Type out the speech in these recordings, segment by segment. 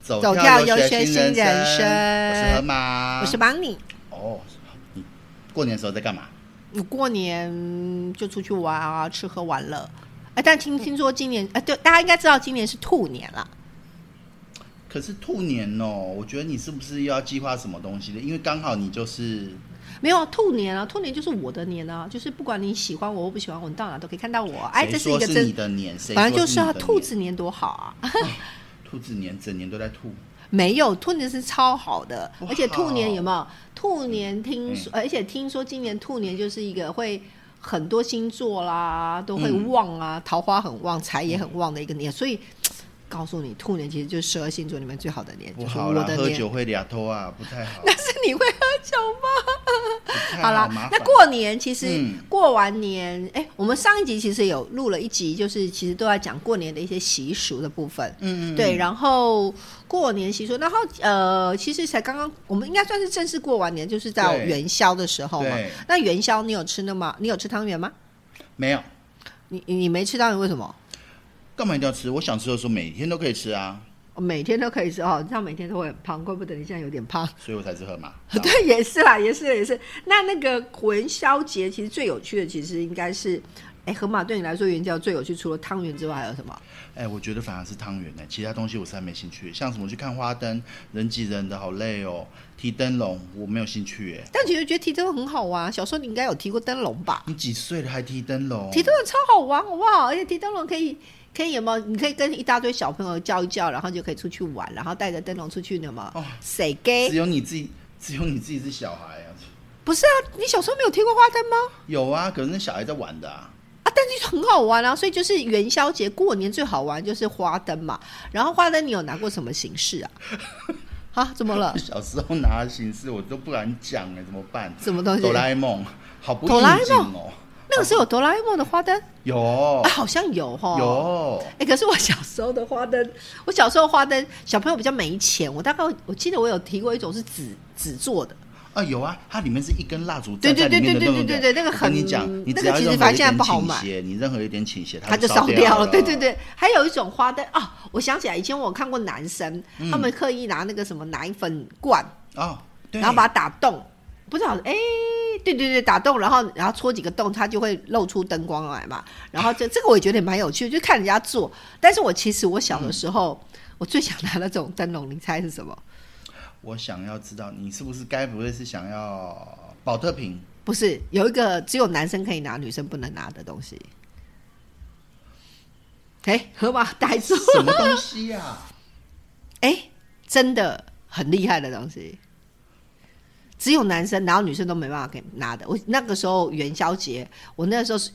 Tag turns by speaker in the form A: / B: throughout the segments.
A: 走
B: 跳
A: 游
B: 学
A: 新
B: 人
A: 生，
B: 我是河马，
A: 我是邦尼。
B: 哦，你过年的时候在干嘛？
A: 我过年就出去玩啊，吃喝玩乐。哎，但听听说今年，哎，对，大家应该知道今年是兔年了。
B: 可是兔年哦，我觉得你是不是要计划什么东西的？因为刚好你就是
A: 没有啊兔年啊，兔年就是我的年啊，就是不管你喜欢我或不喜欢我，你到哪都可以看到我啊。哎，
B: 谁
A: 这一
B: 说
A: 个
B: 是你
A: 真，
B: 的年，谁
A: 反正
B: 说
A: 就是是啊
B: 你的
A: 兔
B: 年
A: 子年多好啊。
B: 兔子年整年都在吐，
A: 没有，兔年是超好的，
B: 哇嗯
A: 而且兔年有没有？兔年听说，而且听说今年兔年就是一个会很多星座啦，都会旺啊，
B: 嗯
A: 桃花很旺，财也很旺的一个年，所以。嘖告诉你，兔年其实就是十二星座里面最好的年，
B: 不
A: 就是
B: 好
A: 我
B: 啦，
A: 的
B: 喝
A: 年
B: 酒。会俩头啊，不太好。
A: 但是你会喝酒吗？
B: 不太
A: 好啦
B: 麻，
A: 那
B: 烦
A: 过年其实
B: 嗯
A: 过完年，哎、我们上一集其实有录了一集，就是其实都在讲过年的一些习俗的部分。
B: 嗯嗯
A: 对，然后过年习俗，然后呃，其实才刚刚，我们应该算是正式过完年，就是在
B: 对
A: 元宵的时候嘛
B: 对。
A: 那元宵你有吃那吗？你有吃汤圆吗？
B: 没有，
A: 你你没吃汤圆为什么？
B: 干嘛一定要吃？我想吃的时候每天都可以吃啊，
A: 我每天都可以吃哦，这样每天都会很胖，怪不得你现在有点胖。
B: 所以我才是河 马。
A: 对，也是啦，也是也是。那那个元宵节其实最有趣的，其实应该是，哎，河马对你来说元宵最有趣，除了汤圆之外还有什么？
B: 哎、我觉得反而是汤圆呢，哎其他东西我实在没兴趣。像什么去看花灯，人挤人的好累哦，提灯笼我没有兴趣哎耶。
A: 但其实觉得提灯笼很好玩，小时候你应该有提过灯笼吧？
B: 你几岁了还提灯笼？
A: 提灯笼超好玩，好不好？而且提灯笼可以可以有没有？你可以跟一大堆小朋友叫一叫，然后就可以出去玩，然后带着灯笼出去，有没有
B: 哦？
A: 谁
B: 只
A: 给？
B: 有你自己，只有你自己是小孩啊。
A: 不是啊，你小时候没有提过花灯吗？
B: 有啊，可是那小孩在玩的啊。？
A: 啊，但是很好玩啊，所以就是元宵节过年最好玩就是花灯嘛。然后花灯你有拿过什么形式啊？啊，怎么了
B: 小时候拿的形式我都不敢讲哎，怎么办？
A: 什么东西
B: 哆啦 A 梦，好不
A: 哆啦 A
B: 应景
A: 梦
B: 哦。
A: 那个时候有哆啦 A 梦的花灯、
B: 有
A: 啊，好像有哈。。
B: 哦有，
A: 哎、可是我小时候的花灯，我小时候花灯，小朋友比较没钱，我大概我记得我有提过一种是纸纸做的，
B: 啊，有啊，它里面是一根蜡烛
A: 对
B: 站在
A: 对
B: 里面的
A: 对对
B: 那种
A: 对
B: 的。
A: 对对那个
B: 我
A: 很
B: 跟你讲，你
A: 那
B: 只
A: 个
B: 要
A: 其实
B: 任
A: 反
B: 何
A: 正
B: 一
A: 现在
B: 点
A: 不好
B: 倾
A: 买
B: 斜，你任何一点倾斜，
A: 它
B: 就
A: 就
B: 烧
A: 烧掉
B: 了。
A: 了。对对，对，还有一种花灯啊，我想起来，以前我看过男生、
B: 嗯
A: 他们刻意拿那个什么奶粉罐，
B: 哦，对，
A: 然后把它打洞，不知道哎。对对对，打洞，然后然后戳几个洞，它就会露出灯光来嘛。然后这这个我也觉得也蛮有趣的，就看人家做。但是我其实我小的时
B: 嗯
A: 候，我最想拿那种灯笼，你猜是什么？
B: 我想要知道你是不是该不会是想要保特瓶？
A: 不是有一个只有男生可以拿，女生不能拿的东西。哎，河马呆住了。
B: 什么东西啊呀、
A: 哎，真的很厉害的东西，只有男生，然后女生都没办法给拿的。我那个时候元宵节，我那时候是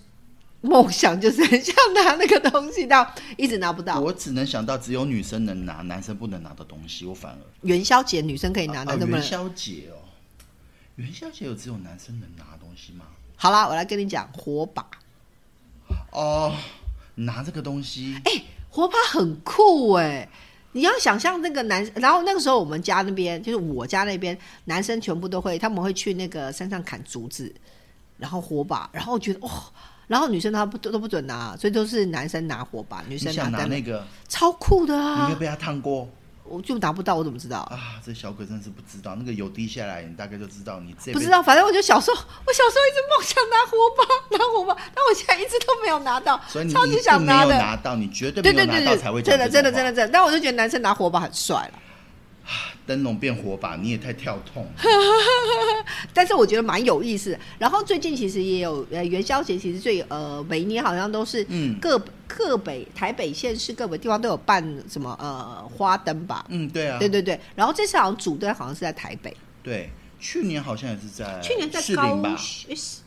A: 梦想就是 很想拿那个东西到，一直拿不到。
B: 我只能想到只有女生能拿，男生不能拿的东西，我反而
A: 元宵节女生可以拿，
B: 啊
A: 男
B: 啊
A: 生不
B: 元
A: 能。
B: 宵节哦，元宵节有只有男生能拿的东西吗？
A: 好啦，我来跟你讲火把。
B: 哦，拿这个东西，
A: 哎、火把很酷哎、你要想象那个男，然后那个时候我们家那边就是我家那边，男生全部都会，他们会去那个山上砍竹子，然后火把，然后我觉得哦，然后女生她不都都不准拿，所以都是男生拿火把，女
B: 你
A: 生
B: 想
A: 拿
B: 拿
A: 灯笼，
B: 那个，
A: 超酷的
B: 你没有
A: 啊！
B: 被他烫过
A: 我就拿不到，我怎么知道？
B: 啊？这小鬼真是不知道，那个油滴下来，你大概就知道你这
A: 不知
B: 辈
A: 道，反正我就小时候，我小时候一直梦想拿火把，拿火把，但我现在一直都没有拿到，
B: 所以你
A: 超
B: 一
A: 级
B: 定
A: 想
B: 没
A: 拿
B: 有
A: 的。
B: 拿到，你绝对
A: 对
B: 没有
A: 对
B: 拿到
A: 对
B: 才会
A: 对，
B: 讲
A: 真的真
B: 这
A: 的真
B: 种
A: 的真的，但我就觉得男生拿火把很帅了。
B: 话灯笼变火把，你也太跳痛了。
A: 但是我觉得蛮有意思的。然后最近其实也有呃元宵节，其实最呃每一年好像都是
B: 嗯
A: 各、各北台北县市各个地方都有办什么呃花灯吧。
B: 嗯，对啊，
A: 对对对，然后这次好像主灯好像是在台北，
B: 对，去年好像也是在
A: 去年在
B: 呃士林
A: 高
B: 吧，
A: 雄，诶是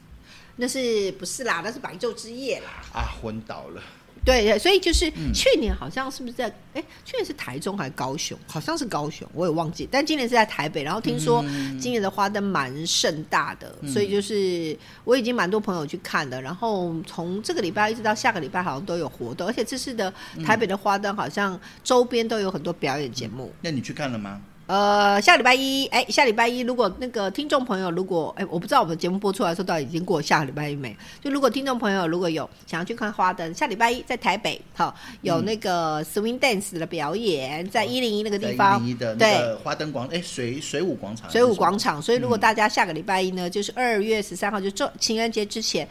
A: 那是不是啦？那是白昼之夜啦。
B: 啊，昏倒了。
A: 对对，所以就是去年好像是不是在哎、去年是台中还是高雄？好像是高雄，我也忘记。但今年是在台北，然后听说今年的花灯蛮盛大的，所以就是我已经蛮多朋友去看的。然后从这个礼拜一直到下个礼拜，好像都有活动，而且这次的台北的花灯好像周边都有很多表演节目。
B: 那你去看了吗？
A: 呃，下礼拜一，哎，下礼拜一，如果那个听众朋友，如果哎，我不知道我们节目播出来的时候到底已经过下礼拜一没？就如果听众朋友如果有想要去看花灯，下礼拜一在台北，好有那个 swing dance 的表演，在一零一那个地方，
B: 哦一的那
A: 对。
B: 个啊花灯广，哎，水水舞广场，
A: 水舞广场，所以
B: 嗯
A: 如果大家下个礼拜一呢，就是二月十三号，就这情人节之前，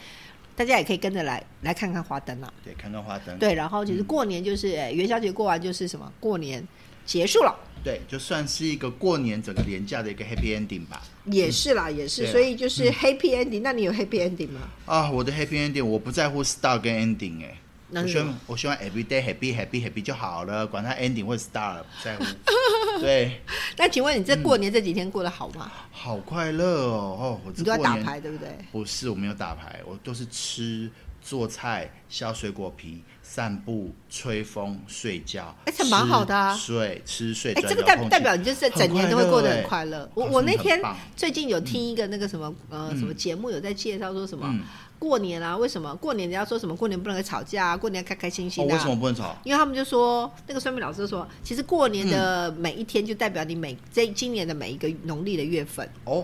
A: 大家也可以跟着来来看看花灯啊。
B: 对，看看花灯，
A: 对，然后其实过年就是、哎元宵节过完就是什么，过年结束了。
B: 对，就算是一个过年整个廉价的一个 happy ending 吧。
A: 也是啦，也是，
B: 对啊
A: 所以就是 happy ending、那你有 happy ending 吗？
B: 啊，我的 happy ending 我不在乎 star 跟 ending 哎、
A: 那
B: 我
A: 是
B: 希
A: 什么
B: 望我希望 every day happy happy happy 就好了，管它 ending 或 star 不 在乎。对，
A: 那请问你这过年这几天过得好吗？
B: 好快乐哦！哦，我这
A: 你都在
B: 过
A: 打
B: 年
A: 牌对不对？
B: 不是，我没有打牌，我都是吃、做菜、削水果皮、散步、吹风、睡觉。
A: 哎这蛮好的啊
B: 吃睡吃睡。
A: 哎，
B: 转
A: 这个
B: 角
A: 代
B: 空气
A: 代表你就是整年都会过得很快乐。我
B: 好像
A: 我那天
B: 欸哦很棒
A: 最近有听一个那个什么呃什么节目有在介绍说什么
B: 嗯
A: 过年啊，为什么过年人家说什么过年不能吵架啊，过年要开开心
B: 哦，
A: 心的
B: 为什
A: 啊。
B: 么不能吵？
A: 因为他们就说，那个算命老师就说，其实过年
B: 嗯
A: 的每一天就代表你每这今年的每一个农历的月份，
B: 哦，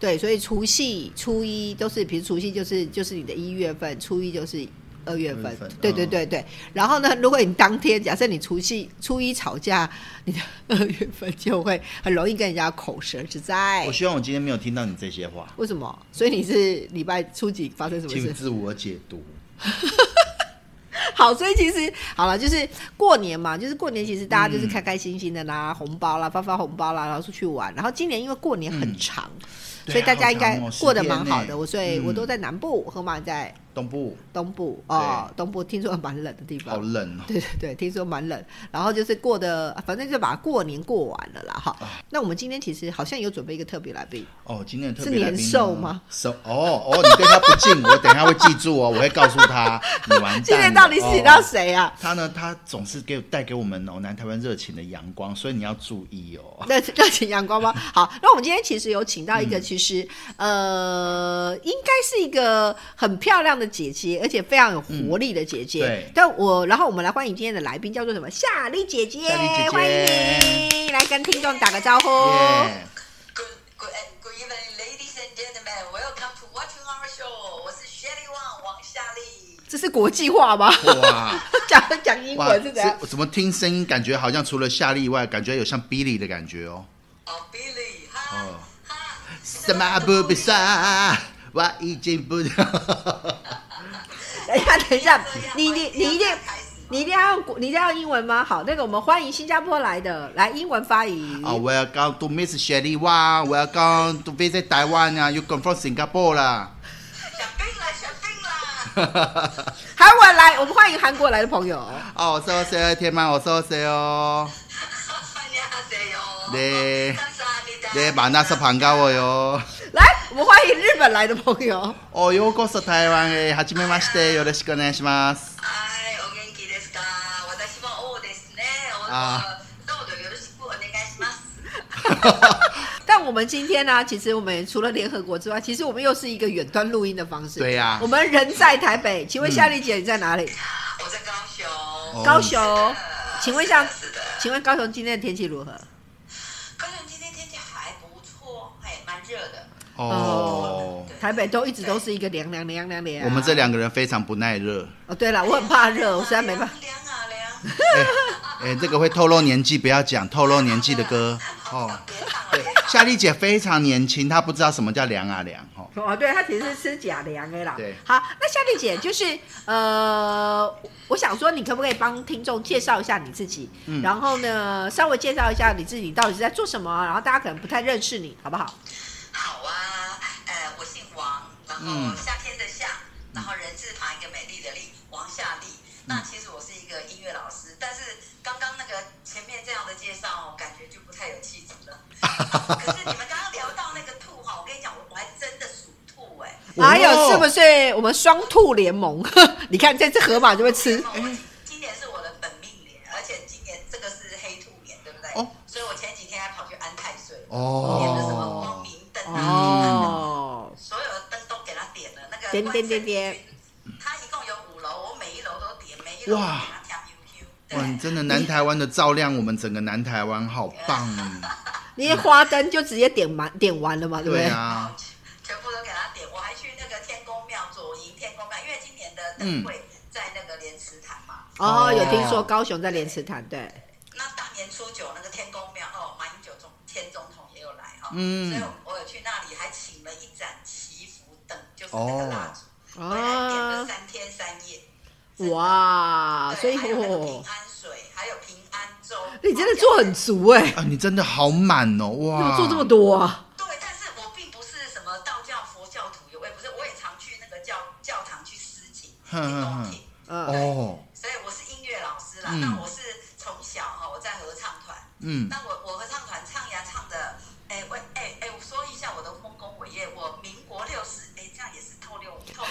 A: 对，所以除夕、初一都是，比如除夕就是就是你的一月份，初一就是二月份，
B: 二月份
A: 对对
B: 嗯
A: 对对。然后呢，如果你当天假设你除夕、初一吵架，你的二月份就会很容易跟人家口舌之灾
B: 我。希望我今天没有听到你这些话，
A: 为什么？所以你是礼拜初几发生什么
B: 请
A: 事？
B: 自我解读。
A: 好，所以其实好了，就是过年嘛，就是过年，其实大家
B: 嗯
A: 就是开开心心的啦，红包啦，发发红包啦，然后出去玩。然后今年因为过年很长，
B: 对啊
A: 所以大家应该
B: 好长哦
A: 过得
B: 10
A: 蛮
B: 天
A: 好
B: 呢
A: 的。我所以我
B: 嗯
A: 都在南部，河马在
B: 东部
A: 东部哦，东部听说蛮冷的地
B: 好
A: 方。
B: 冷哦，
A: 对对对，听说蛮冷，然后就是过的，反正就把过年过完了啦哈。
B: 啊
A: 那我们今天其实好像有准备一个特别来 宾，
B: 哦，今天的特别来宾呢
A: 是年兽吗？
B: 兽哦哦，你对他不敬，我等一下会记住哦，我会告诉他你完蛋了。
A: 今天到底请到
B: 哦
A: 谁啊？
B: 他呢？他总是给带给我们哦南台湾热情的阳光，所以你要注意 哦。嗯
A: 热热情阳光吗？好，那我们今天其实有请到一个，其实、呃，应该是一个很漂亮的姐姐，而且非常有活力的姐姐。
B: 嗯对
A: 但我然后我们来欢迎今天的来宾，叫做什么？夏丽姐姐，
B: 夏莉姐姐
A: 欢迎你来跟听众打个招呼。
B: 耶
C: Good, good, and good evening, ladies and gentlemen. Welcome to watching our show. 我是 Shelly Wang 王夏丽。
A: 这是国际化吗？
B: 哇
A: 讲讲英
B: 啊哇，
A: 文是怎样
B: 这？我怎么听声音感觉好像除了夏利以外，感觉有像 Billy 的感觉哦。
C: 哦，Billy，哈
B: 哦
C: 哈。
B: 什么不比赛？我已经不 啊
A: 等一下，等一下
C: 这样，
A: 你你你一定
C: 要开始吗
A: 你一定要用你一定要用英文吗？好，那个我们欢迎新加坡来的，来英文发音。
B: 啊、w e l c o m e to Miss Shelly Wang. Welcome to visit Taiwan 啊，You come from Singapore 啦。
C: 小病了，小病 了。
A: 韩文来，我们欢迎韩国来的朋友。
B: 啊，我收谁？天妈，我收谁哦？
C: 你好，谁哟？
B: 네
C: 감사합니다
B: 你把那是旁高我哟。
A: 来，我们欢迎日本来的朋友。
B: 哦，ようこそ台湾へ。はじめまして。よろしくお願いし ます。
C: はい、お元気ですか。私も王ですね。
B: あ
C: 王どうぞよろしくお願いします。
A: 但我们今天呢、其实我们除了联合国之外，其实我们又是一个远端录音的方式。
B: 对呀嗯
A: 我们人在台北，请问夏丽姐你在哪里？
C: 我在高雄。
B: 어.
A: 高雄。
C: 네.呃
A: 请问一下，
C: 是的。是的
A: 请问高雄今天的天气如何？
C: 高雄今天天气还不错，还蛮热的。
B: 哦，
A: 台北都一直都是一个凉凉凉凉凉。
B: 我们这两个人非常不耐热。
A: 哦，对了，我很怕热，我实在没办法。
C: 哎凉啊凉，
B: 哎、这个会透露年纪，不要讲透露年纪的歌哦。
C: 别放了，
B: 夏丽姐非常年轻，她不知道什么叫凉啊凉哦。
A: 哦，对，他其实是吃假粮的啦。
B: 对
A: 好，那夏丽姐就是呃，我想说，你可不可以帮听众介绍一下你自己？
B: 嗯
A: 然后呢，稍微介绍一下你自己到底是在做什么啊，然后大家可能不太认识你，好不好？
C: 好啊，呃，我姓王，然后
B: 嗯
C: 夏天的夏，然后人字旁一个美丽的丽，王夏丽。那其实我是一个音乐老师，但是刚刚那个前面这样的介绍，我感觉就不太有气质 了。可是你们刚刚聊到那个兔哈，我跟你讲，我我还真的属兔哎、
A: 还有
B: 哦
A: 是不是我们双兔联盟？ 你看这只河马就会吃。
C: 我哦今年是我的本命年，而且今年这个是黑兔年，对不对？
B: 哦
C: 所以我前几天还跑去安太岁，点了什么光
B: 哦，
C: 明灯啊，
A: 哦，
C: 所有的灯都给他点了，那个
A: 点点点点
C: 关圣帝君。他一共有五楼，我每一楼都点，每一楼都
B: 哇
C: 给他跳 UQ。
B: 哇，你
C: 对，
B: 真的南台湾的照亮我们整个南台湾，好棒哦！
A: 你的花灯就直接点完点完了嘛，对不对？
B: 对啊，
C: 哦全部都给他点。我还去那个天宫庙左营天宫庙，因为今年的
B: 嗯
C: 灯会在那个莲池潭嘛。
A: 哦，有
B: 哦
A: 听说高雄在莲池潭，对，
C: 那大年初九那个天宫庙哦，马英九总天总统也有来哈、哦，
B: 嗯
C: 所以我我有去那里还请了一盏祈福灯，就是那个蜡烛，回来点了
A: 哦，
C: 三天三夜。
A: 哇，
C: 对
A: 所以
C: 还有那个平
A: 哦，哎
C: 安水，还有平安粥，
A: 你真的做很足哎、
B: 啊，你真的好满哦，
A: 怎么
B: 哇，
A: 做这么多啊？
C: 对，但是我并不是什么道教、佛教徒，我也不是，我也常去那个教教堂去施情、去
B: 哼哼
C: 宫
B: 哼
C: 廷，
A: 嗯，
B: 哦，
C: 所以我是音乐老师啦。
B: 嗯
C: 那我是从小哈、我在合唱团，
B: 嗯，
C: 那我我合唱团唱呀唱的，哎我哎哎，我说一下我的丰功伟业，我民国六十，哎这样也是透六透露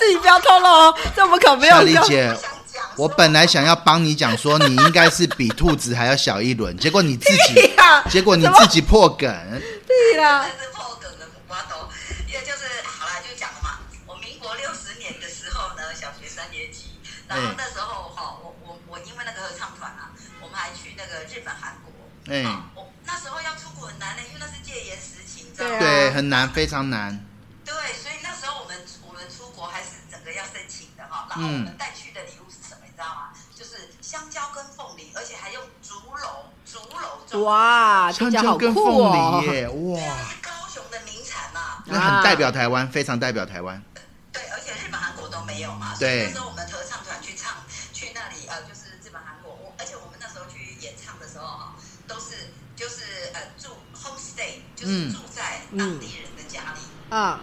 A: 自己不要透露哦，这我们 可没有
B: 夏丽
A: 要
B: 姐
C: 我。想讲说，
B: 我本来想要帮你讲说你应该是比兔子还要小一轮，结果你自己，
A: 呀，
B: 结果你
A: 怎么
B: 自己破梗，
A: 啊 对啦，
C: 真是破梗的我都，也就是好啦，就讲了嘛。我民国六十年的时候呢，小学三年级，然后
B: 嗯
C: 那时候哈、我我我因为那个合唱团啊，我们还去那个日本、韩国。
B: 哎、
C: 啊我那时候要出国很难的，因为那是戒严时期，你知道
A: 对啊
C: 吗？
B: 对，很难，非常难，
C: 对，所以那时候我们我们出国还是整个要申请的哈，然后我
B: 嗯
C: 们带去的礼物是什么，你知道吗？就是香蕉跟凤梨，而且还用竹篓，竹篓装。！
A: 哇，
B: 香
A: 啊听起来
B: 蕉
A: 好
B: 跟
A: 酷
B: 凤
A: 哦啊
B: 梨，耶，
C: 对啊，
B: 哇
C: 那，是高雄的名产嘛、
B: 那很代表台湾，非常代表台湾，
C: 对，而且日本、韩国都没有嘛。
B: 对
C: 所以那时候我们合唱团去唱，去那里呃，就是日本、韩国，我而且我们那时候去演唱的时候啊，都是就是呃住 homestay，就是
B: 嗯
C: 住在当地人的家里。
A: 啊，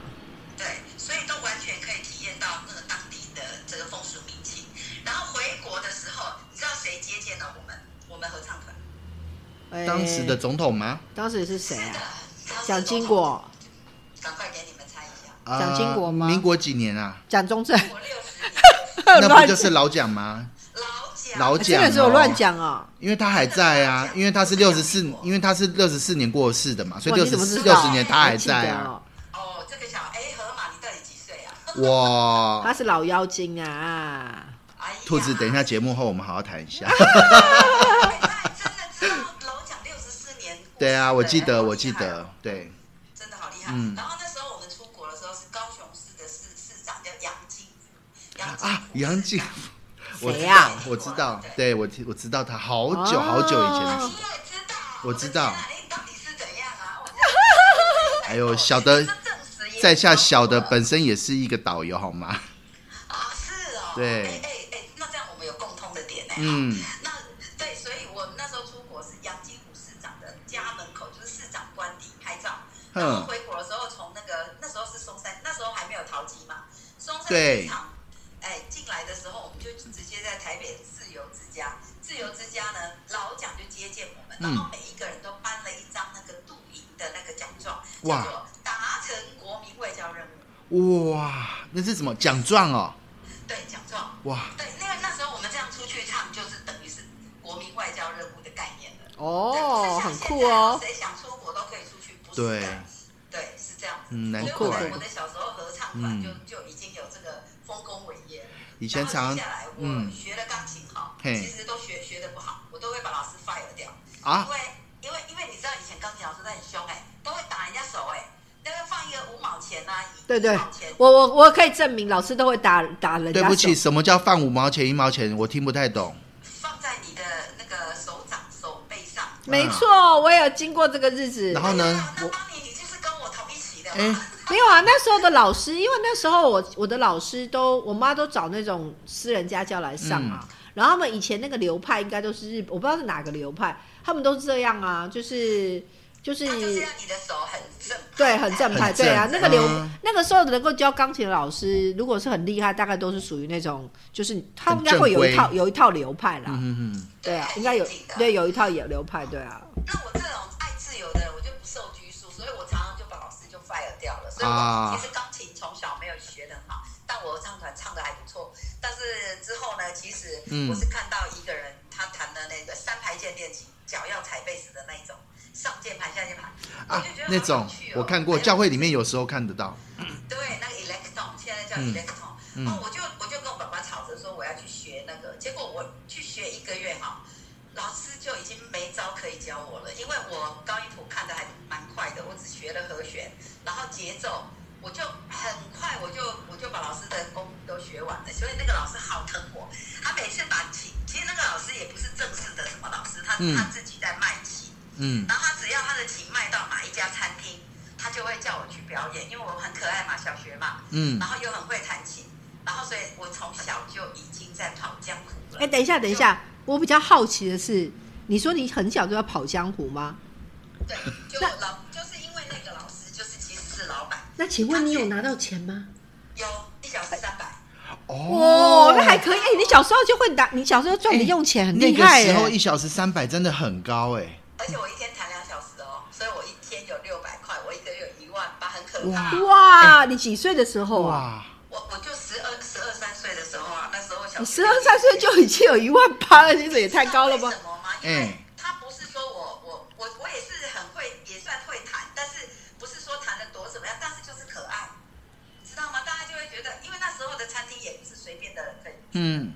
C: 对，所以都完全可以体验到那个当地的这个风俗民情。然后回国的时候，你知道谁接见了我们？我们合唱团。
A: 哎
B: 当时的总统吗？
A: 当时是谁
C: 是的
A: 啊？，
C: 当时
A: 蒋经国，
C: 哦总统。赶快给你们猜一下，
B: 呃
A: 蒋经国吗
B: 民国几年啊？
A: 蒋中正，
C: 我六十 年，
B: 那不
A: 乱哎
B: 就是老蒋吗？
C: 老蒋。
B: 老
A: 真
B: 蒋、
A: 的是我乱，讲哦。
B: 因为他还在啊，因为他是六十四，因为他是六十四年过世的嘛，所以
A: 哇
B: 六
A: 你
B: 十
A: 怎么知
B: 六
A: 道啊
B: 十年他还在
A: 我记得
B: 啊。
A: 哦
C: 哦，这个小哎，河马，你到底几岁啊？
A: 他
B: 哇，
A: 是老妖精啊！
C: 哎呀
B: 兔子，等一下，节目后我们好好谈一 下。
C: 哎那真的知道老蒋六十四年。
B: 对啊，我记
C: 哎
B: 得，我记得，，对，
C: 真的好厉害。
B: 嗯
C: 然后那时候我们出国的时候是高雄市的市市长叫杨金福，杨金
B: 啊，
C: 福
B: 杨 静，我知
A: 谁
B: 道
A: 啊，
B: 我知道，
C: 对，
B: 对我我知道他好久
A: 哦
B: 好久以前
C: 你
B: 的
C: 也
B: 事。
C: 知道，
B: 我知道
C: 的天啊你到底是怎样啊？我真的
B: 哎呦小的
C: 这证实也
B: 在下小的
C: 不容
B: 本身也是一个导游，好吗？
C: 易啊，是哦，
B: 对
C: 哎哎哎，那这样我们有共通的点呢。
B: 嗯，
C: 那对，所以我那时候出国是杨金虎市长的家门口，就是市长官邸拍照。然后
B: 哼，
C: 回国的时候，从那个那时候是松山，那时候还没有淘机嘛，松山
B: 对
C: 机场，哎，进来的时候我们就直接在台北自由之家，自由之家呢，老蒋就接见我们，
B: 嗯
C: 然后每一个人都颁了一张那个杜营的那个奖状，
B: 哇
C: 叫做达成国民外交任务，
B: 哇，那是什么奖状哦？
C: 对，奖状，
B: 哇，
C: 对，因为那时候我们这样出去唱，就是等于是国民外交任务的概念了。
A: 哦，
C: 对
A: 很酷哦
C: 不是像现在。谁想出国都可以出去，不是
B: 对
C: 的，对，是这样子。
B: 嗯难
C: 所以
A: 怪
C: 我在我的小时候合唱
B: 嗯
C: 团就、就已经有这个丰功伟业了。
B: 以前
C: 然后
B: 常
C: 接下来我
B: 嗯
C: 学了钢琴好，
B: 嘿
C: 其实都学学的不好，我都会把老师 fire 掉，
B: 啊
C: 因，为因为因为你知道以前钢琴老师他很凶哎、都会打人家手哎、那个放一个五毛钱呐、一
A: 对对
C: 一毛钱，
A: 我我我可以证明，老师都会打打人家
B: 对
A: 手。
B: 不起，什么叫放五毛钱一毛钱？我听不太懂。
C: 放在你的那个手掌手背上。
A: 没错，我也有经过这个日子。
B: 嗯然后呢
C: 哎呀那
B: 我
C: 帮你你就是跟我同一起的嘛。
B: 哎，
A: 没有啊，那时候的老师，因为那时候我我的老师都，我妈都找那种私人家教来上啊。
B: 嗯
A: 然后他们以前那个流派应该都是日，我不知道是哪个流派，他们都是这样啊，就是就是
C: 他就是要你的手很正。
A: 对，很正派，
B: 很正
A: 对啊，那个流、
B: 嗯
A: 那个时候能够教钢琴的老师，如果是很厉害，大概都是属于那种，就是他应该会有一套
B: 很正
A: 有一套流派啦，
B: 嗯嗯
A: 对啊，应该有对有一套有流派，对啊，
C: 那我这种爱自由的人，我就不受拘束，所以我常常就把老师就 fire 掉了。所以
B: 啊
C: 我其实钢琴从小没有学得很好，但我合唱团唱的还不错。但是之后呢，其实
B: 嗯
C: 我是看到一个人他弹的那个三排键练琴，脚要踩贝斯的那一种，上键盘下键盘，
B: 哼啊
C: 我就
B: 那
C: 觉得，好有
B: 种
C: 趣哦
B: 我看过，
C: 还有
B: 教会里面有时候看得到。
C: 对那个 electron，现在叫
B: 嗯
C: electron、
B: 嗯
C: 哦，我就我就跟我爸爸吵着说我要去学那个，结果我去学一个月哈，老师就已经没招可以教我了，因为我高音谱看的还蛮快的，我只学了和弦，然后节奏，我就很快我就我就把老师的功都学完了，所以那个老师好疼我，他每次把琴，其实那个老师也不是正式的什么老师，他
B: 嗯
C: 他自己在卖琴，
B: 嗯
C: 然后他只要他的琴卖到哪一家餐厅，他就会叫我去表演，因为我很可爱嘛，小学嘛，
B: 嗯
C: 然后又很会弹琴，然后所以我从小就已经在跑江湖了。
A: 哎、等一下，等一下，我比较好奇的是，你说你很小就要跑江湖吗？
C: 对，就
A: 那
C: 老就是因为那个老师就是其实是老板，
A: 那请问你有拿到钱吗？
C: 有一小时三百，
A: 哦，那还可以。哎、你小时候就会拿，你小时候赚的
B: 哎
A: 用钱很
B: 那
A: 厉
B: 个
A: 害、耶。
B: 时候一小时三百真的很高哎、
C: 而且我一天弹两小时哦，所以我一天有六百块，我一个月有一万八，很可怕。
A: 哇，你几岁的时候
B: 哇！
A: 啊？
C: 我我就十二十二三岁的时候啊，那时候小学
A: 你十二三岁就已经有一万八了，薪水也太高了吧
C: 你知道为？什么吗？因为他不是说我我我我也是很会，也算会弹，但是不是说弹的多怎么样，但是就是可爱，知道吗？大家就会觉得，因为那时候的餐厅也不是随便的人可以
B: 嗯，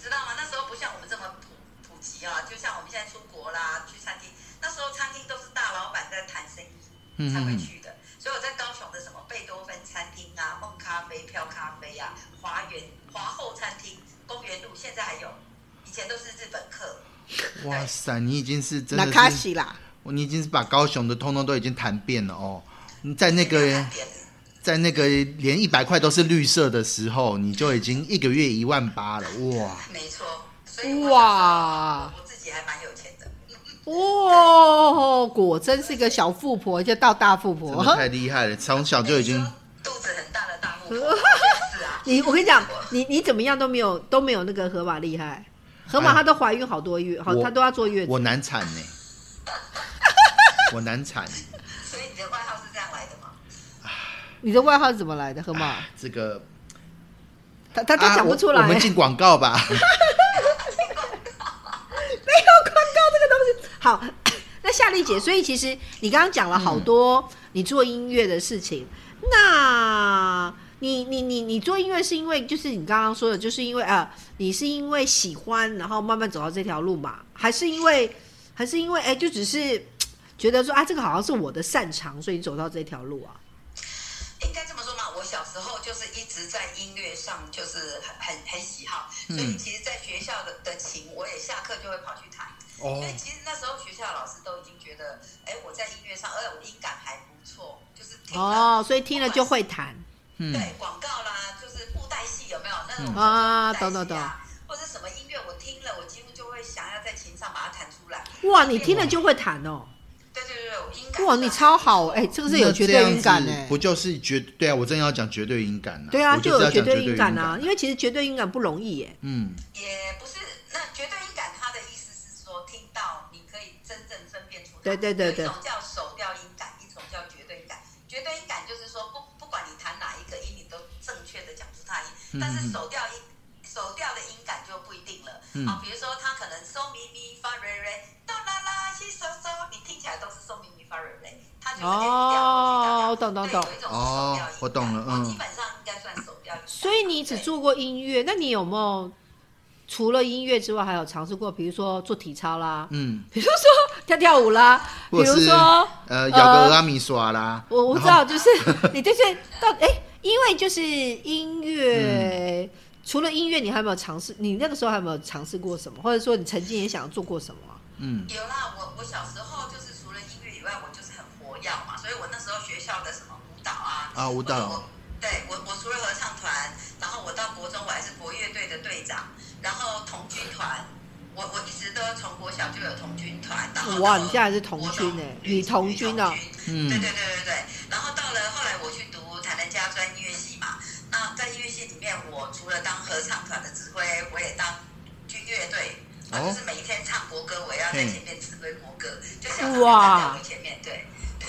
C: 知道吗？那时候不像我们这么普普及啊，就像我们现在出国啦，去餐厅，那时候餐厅都是大老板在谈生意才会去的。所以我在高雄的什么贝多芬餐厅啊、梦咖啡、飘咖啡啊、华园华后餐厅、公园路，现在还有，以前都是日本客。
B: 哇塞，你已经是真
A: 那
B: 的
A: 卡
B: 是，
A: 西啦，
B: 你已经是把高雄的通通都已经谈遍了哦。你在那
C: 现在
B: 个
C: 还变
B: 在那个连一百块都是绿色的时候，你就已经一个月一万八了，哇！
C: 没错，所以我
A: 哇
C: 我自己还蛮有钱的。
A: 哇，果真是个小富婆，就到大富
B: 真
A: 婆
B: 的。太厉害了，从小就已经
C: 你说肚子很大的大富婆，是 啊，
A: 你我跟你讲，你你怎么样都没有都没有那个河马厉害。河马
B: 哎
A: 她都怀孕好多月，好
B: 我
A: 她都要坐月子。
B: 我难产 呢、我难产。
C: 所以你的外号是这样来的吗？
A: 你的外号是怎么来的？河马，
B: 啊这个
A: 她她都
B: 啊
A: 讲不
B: 我
A: 出来。
B: 我们进广告吧。
A: 没有广告这个东西。好， 那夏丽姐，所以其实你刚刚讲了
B: 嗯
A: 好多你做音乐的事情，那你你你你做音乐是因为就是你刚刚说的，就是因为呃，你是因为喜欢，然后慢慢走到这条路嘛，还是因为还是因为哎、就只是觉得说啊，这个好像是我的擅长，所以走到这条路啊。
C: 应该这么说嘛，我小时候就是一直在音乐上就是很很很喜好，所以
B: 嗯
C: 其实，在学校的的琴，我也下课就会跑去弹。
B: 哦
C: 所以其实那时候学校老师都已经觉得，哎，我在音乐上，而且我音感还不错，就是听了、
A: 哦，所以听了就会弹。
B: 嗯，
C: 对广告啦，就是布袋戏有没有那
B: 嗯
C: 种布袋戏啊
A: 啊懂懂懂，
C: 或者什么音乐我听了，我几乎就会想要在琴上把它弹出来。
A: 哇，你听了就会弹哦！
C: 对对对，对我音感
A: 哇，
C: 上
A: 你超好哎、这个是有绝对音感
B: 那这
A: 哎、
B: 样子不就是绝对啊？我正要讲绝对音感呢、
A: 对啊，
B: 我就
A: 就
B: 是
A: 有
B: 要
A: 绝
B: 讲
A: 对
B: 对
A: 音感
B: 感
A: 啊，。因为其实绝对音感不容易耶。
B: 嗯，
C: 也不是，那绝对音感，它的意思是说，听到你可以真正分辨出它。
A: 对对对对
C: 有一种叫手调音感，一种叫绝对音感。绝对音感就是说，不不管你弹哪一个音，你都正确的讲出它的
B: 嗯
C: 音。但是手调音，手调的音感就不一定了。
B: 嗯
C: 啊，比如说它可能嗦咪咪发瑞瑞，哆啦啦西嗦嗦，你听起来都是嗦咪咪发瑞瑞，它就是 F 调。
A: 哦，懂懂懂
C: 对，。有一种
B: 哦
C: 手调音感
B: 我懂了嗯
C: 基本上应该算手调音感。
A: 所以你只
C: 对
A: 做过音乐，那你有没有除了音乐之外，还有尝试过，比如说做体操啦，
B: 嗯，
A: 比如说跳跳舞啦，比
B: 或
A: 如
B: 者是
A: 说
B: 呃，
A: 呃
B: 咬个阿米耍啦，
A: 我我
B: 然
A: 知
B: 后
A: 道，就是你就是到哎、因为就是音乐。
B: 嗯
A: 除了音乐，你还有没有尝试？你那个时候还有没有尝试过什么？或者说你曾经也想要做过什么啊？
B: 嗯
C: 有啦，我我小时候就是除了音乐以外，我就是很活跃嘛，所以我那时候学校的什么舞蹈啊，
B: 啊舞蹈
C: 或者我对我我除了合唱团，然后我到国中我还是国乐队的队长，然后童军团，我我一直都从国小就有童军团，然后
A: 哇，
C: 到
A: 你现在是童军哎、女童军哦、
B: 嗯
C: 对对对对对。然后到了后来，我去读台南家专音乐系嘛。那在音乐系里面，我除了当合唱团的指挥，我也当军乐队。啊，
B: 哦
C: 就是每一天唱国歌，我也要在
B: 嘿
C: 前面指挥国歌，就像他们
A: 哇
C: 站在我前面对。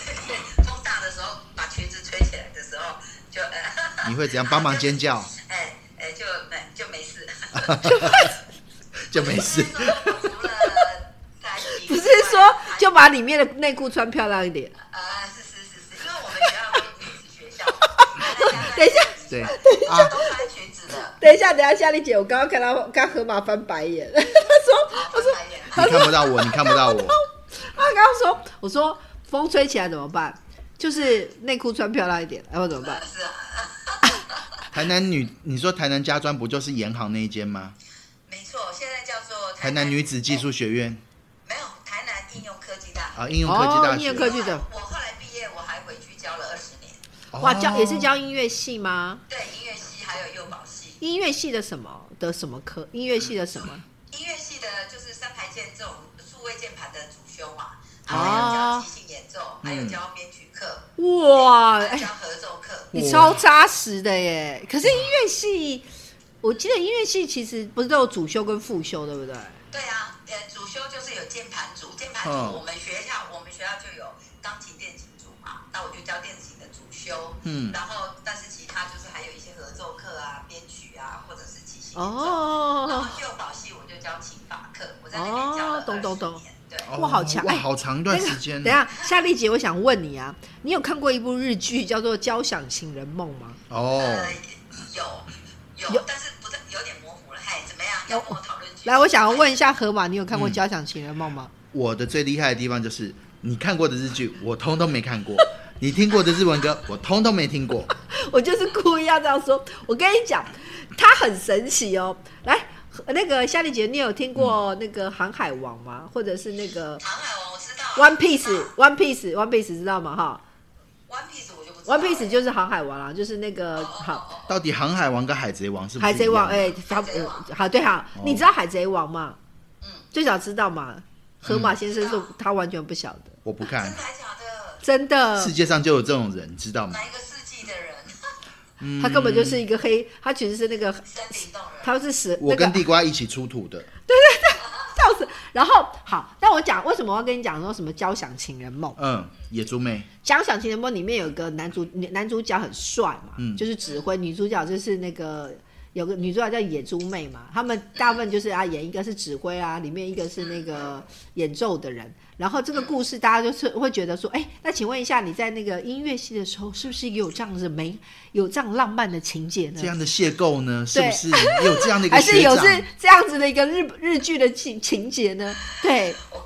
C: 风大的时候，把裙子吹起来的时候，就呃，
B: 你会怎样帮忙尖叫
C: 哎哎，就没就没事。
B: 就没事。
A: 不
C: 所以说除了才艺以外
A: 是说就把里面的内裤穿漂亮一点？
C: 啊，是是是是，因为我们学校是女子学校，
A: 等一下，
B: 对啊，
C: 都穿裙子的。啊
A: 等一下，等一下，夏丽姐，我刚刚看到刚河马翻白眼，她说：“我说
C: 白眼
B: 你看不到我，你看不到我，
A: 他刚刚说，我说风吹起来怎么办？就是内裤穿漂亮一点，然后怎么办？
C: 是啊，
B: 台南女，你说台南家专不就是盐行那一间吗？
C: 没错，现在叫做
B: 台南女子技术学 院
C: 哎没有台南应用科技大学。
B: 啊，应用科技
A: 哦
B: 大
A: 应用
B: 学。
A: 科技的
C: 我后来毕业，我还回去教了二十年，
A: 哇，
B: 哦
A: 教也是教音乐系吗？
C: 对音乐系还有幼保系。
A: 音乐系的什么的什么科？音乐系的什么？
C: 音乐系的就是三排键这种数位键盘的主修嘛，然后还有教即兴演奏，还有教编曲课，
A: 啊哇，
C: 还
A: 哎、
C: 有教合奏课。
A: 你超扎实的耶！可是音乐系，我记得音乐系其实不是都有主修跟副修，对不对？
C: 对啊，呃，主修就是有键盘组，键盘
B: 嗯
C: 组我们学校我们学校就有钢琴、电琴组嘛，那我就教电琴的主修，
B: 嗯
C: 然后但是其他就是还有一些合奏课啊、编曲啊，或者是即兴演奏。然
A: 哦，
C: 后幼保系我就教琴法课，我在那边教了
A: 哦懂懂
C: 20
A: 懂
C: 年，对，
B: 哦
A: 哇好强
B: 哇，
A: 哎
B: 好长一段时间。
A: 等一下，夏丽姐，我想问你啊，你有看过一部日剧叫做《交响情人梦》吗？
B: 哦
C: 呃，，有有
A: 有，
C: 但是不是有点模糊了，嗨，怎么样？要跟我讨论剧情？
A: 来，我想要问一下河马，你有看过《
B: 嗯
A: 交响情人梦》吗？
B: 我的最厉害的地方就是你看过的日剧，我通通没看 过；你听过的日文歌，我通通没听过。
A: 我就是故意要这样说。我跟你讲，它很神奇哦。来，那个夏丽姐，你有听过那个《航海王》吗？或者是那个
C: 《航海王》，我知道啊
A: 《One Piece》？One Piece》，One Piece 知道吗？哈
C: One Piece 我就不知道
A: ，One
C: 了
A: Piece 就是《航海王》啦，啊就是那个
C: 哦
A: 好。
C: 哦哦哦
B: 到底《航海王》跟《海贼王》是不是
A: 海贼王，
B: 一样的
A: 哎、他
C: 海贼王
A: 呃好对好，
B: 哦嗯
A: 你知道海贼王吗？
C: 嗯
A: 最早知道嘛？河马先生
C: 知
A: 说
C: 道
A: 他完全不晓得，
B: 我不
C: 真
B: 看
C: 的，还假的？
A: 真的
B: 世，界上就有这种人，知道吗？
C: 哪一个世纪的人？
B: 嗯
A: 他根本就是一个黑，他其实是那个，
C: 森林动人。
A: 他是死
B: 我
A: 那个
B: 跟地瓜一起出土的。
A: 笑死。然后好，那我讲为什么我要跟你讲说什么交响情人梦？
B: 嗯，野猪妹，
A: 交响情人梦里面有一个男主男主角很帅嘛，
B: 嗯
A: 就是指挥，女主角就是那个。有个女主角叫野猪妹嘛，他们大部分就是啊演一个是指挥啊，里面一个是那个演奏的人。然后这个故事大家就是会觉得说，哎，那请问一下，你在那个音乐系的时候，是不是也有这样子美、有这样浪漫的情节呢
B: 这？样的邂逅呢，是
A: 嗯对
B: 不是也有这样的一个
A: 还是
B: 学
A: 有
B: 长？
A: 是这样子的一个日日剧的情情节呢？对，
C: 我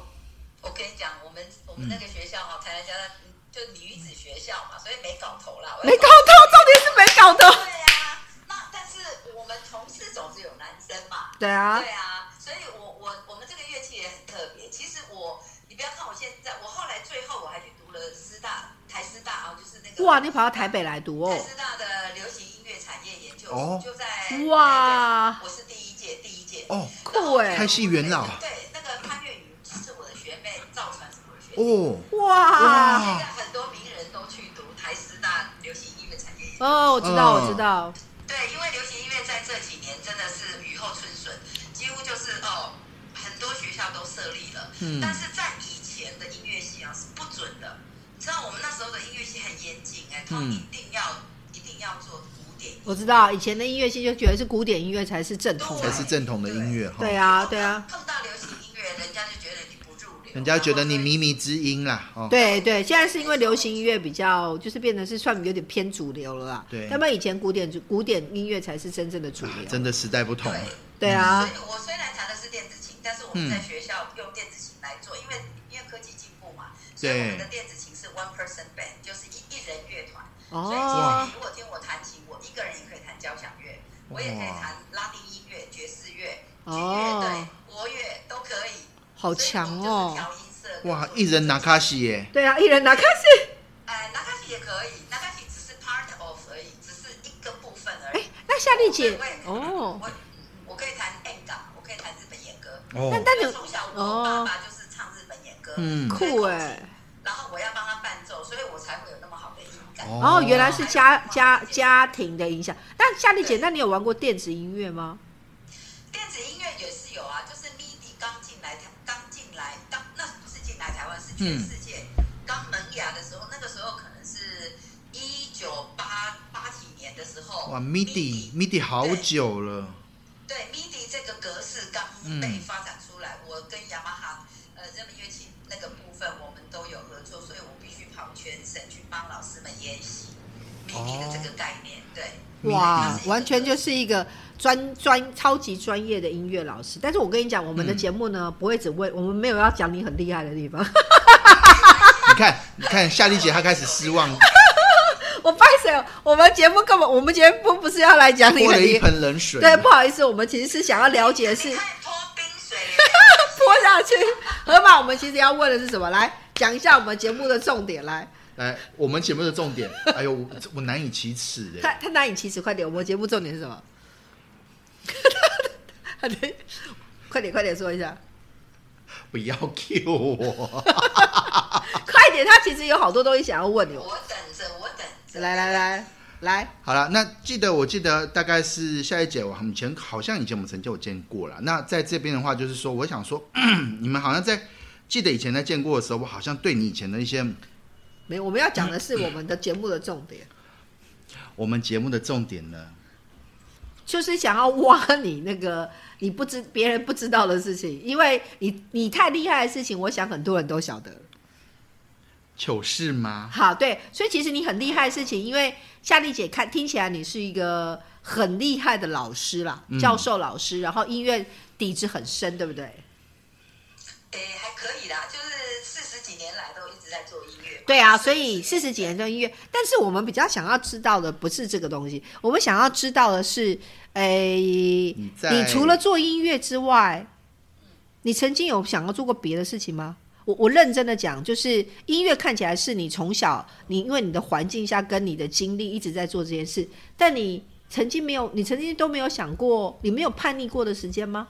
C: 我跟你讲，我们我们那个学校哈，台南交大嗯就女子学校嘛，所以没搞头啦。我
A: 没搞头，重点是没搞头。
C: 对呀，那但是我们同事总是有男生嘛。
A: 对啊，
C: 对啊，所以我我我们这个乐器也很特别。其实我，你不要看我现在，我后来最后我还去读了师大台师大啊，就是那个
A: 哇，你跑到台北来读哦
C: 台。师大的流行音乐产业研究所，
B: 哦
C: 就在
A: 哇
C: 台北我是第一届，第一届
B: 哦，
A: 酷欸
B: 开戏元老
C: 对，那个潘越云是我的学妹，赵传是我的学妹。
B: 哦，
A: 哇
B: 哇
C: 现在很多名人都去读台师大流行音乐产业研究所。
A: 哦，我知
B: 嗯
A: 道，我知道，
C: 对，因为流行音乐在这几年真的是雨后春笋，几乎就是哦，很多学校都设立了，
B: 嗯
C: 但是在以前的音乐系啊是不准的。你知道我们那时候的音乐系很严谨哎，他
B: 嗯
C: 们一定要、一定要做古典音乐，
A: 我知道。以前的音乐系就觉得是古典音乐才是正统的，
B: 才是正统的音乐哈。
A: 对啊，对啊，
C: 碰到流行音乐，人家就觉得你不入流，
B: 人家觉得你
C: 然后
B: 靡靡之音啦，哦，
A: 对对。现在是因为流行音乐比较，就是变得是算有点偏主流了啦。
B: 对
A: 要不然以前古典主古典音乐才是真正的主流。
B: 真
A: 的。
B: 的时代不同了。
A: 对
C: 所
A: 啊，
C: 以我虽然弹的是电子琴，但是我们
B: 嗯
C: 在学校用电子琴来做，因为因为科技进步嘛，所以我们的电子琴是 one person band，就是一一人乐团。
B: 嗯
C: 所以
A: 哦
C: 其实你如果听我弹琴，我一个人也可以弹交响乐，我也可以弹拉丁音乐、爵士乐、军乐队
A: 哦、
C: 国乐都可以。
A: 好强哦
C: 所以我们就是调音色跟
B: 哇
C: 做，
B: 一人拿卡西耶，
A: 对啊，一人拿开始。
C: 哎，拉卡西也可以，拉卡西只是 part of 而已，只是一个部分而
A: 哎
C: 已。，
A: 那夏丽姐
C: 我也，可以
A: 哦，
C: 我我可以弹 N 港，我可以弹日本演歌。
A: 但
B: 哦，
A: 但
C: 因为
A: 你哦
C: 从小我爸爸就是唱日本演歌，
B: 嗯
A: 酷哎。
C: 然后我要帮他伴奏，所以我才会有那么好的音感。
B: 哦
A: 哦，原来是家家
C: 还有
A: 家庭的影响。那夏丽姐，那你有玩过电子音乐吗？
C: 电子音乐也是有啊，就是 MIDI 刚进来台，刚进来，刚那不是进来台湾，是全
B: 嗯
C: 世界刚萌芽的时候，那个时候可能是一九八八几年的时候，
B: 哇，MIDI MIDI 好久了，
C: 对 MIDI 这个格式刚
A: 嗯
C: 被发展出来，我跟雅马哈呃人民乐器那个部分我们都有合作，所以我必须跑全省去帮老师们研习 MIDI 的这个概念。对，
A: 哇
C: 它是一，个
A: 完全就是一个专专超级专业的音乐老师。但是我跟你讲，我们
B: 嗯
A: 的节目呢、不会只为我们没有要讲你很厉害的地方。
B: 你看，你看，夏丽姐她开始失 望，
A: 我拜谁？我们节目根本我们节目不是要来讲你
B: 泼
A: 很
B: 了一
A: 厉害。
B: 盆冷水。
A: 对，不好意思，我们其实是想要了解 是
C: 哎你看泼冰 水了，
A: 泼下去。河马，我们其实要问的是什么？来讲一下我们节目的重点。来，
B: 来，我们节目的重点，哎呦，我我难以启齿 哎。
A: 他他难以启齿，快点！我们节目重点是什么？ 他的快点快点说一下，
B: 啊不要 Q 我，
A: 快点！他其实有好多东西想要问你。
C: 我等着，我等着。
A: 来来来来，
B: 好了，那记得我记得大概是夏一姐，我以前好像以前我们曾经有见过了。那在这边的话，就是说，我 想说，嗯你们好像在记得以前在见过的时候，我好像对你以前的一些
A: 没，我们要讲的是我们的节目的重点，
B: 我们节目的重点呢，
A: 就是想要挖你那个你不知别人不知道的事情，因为你你太厉害的事情，我想很多人都晓得了。
B: 糗事吗？
A: 好，对，所以其实你很厉害的事情，因为夏丽姐看听起来你是一个很厉害的老师啦，
B: 嗯
A: 教授老师，然后音乐底子很深，对不对？
C: 诶，还可以啦，就是四十几年来都一直在做音乐嘛。
A: 对啊，所以四十几年的音乐，但是我们比较想要知道的不是这个东西，我们想要知道的是，诶、
B: 你在
A: 你除了做音乐之外，你曾经有想要做过别的事情吗？我我认真的讲，就是音乐看起来是你从小你因为你的环境下跟你的经历一直在做这件事，但你曾经没有，你曾经都没有想过，你没有叛逆过的时间吗？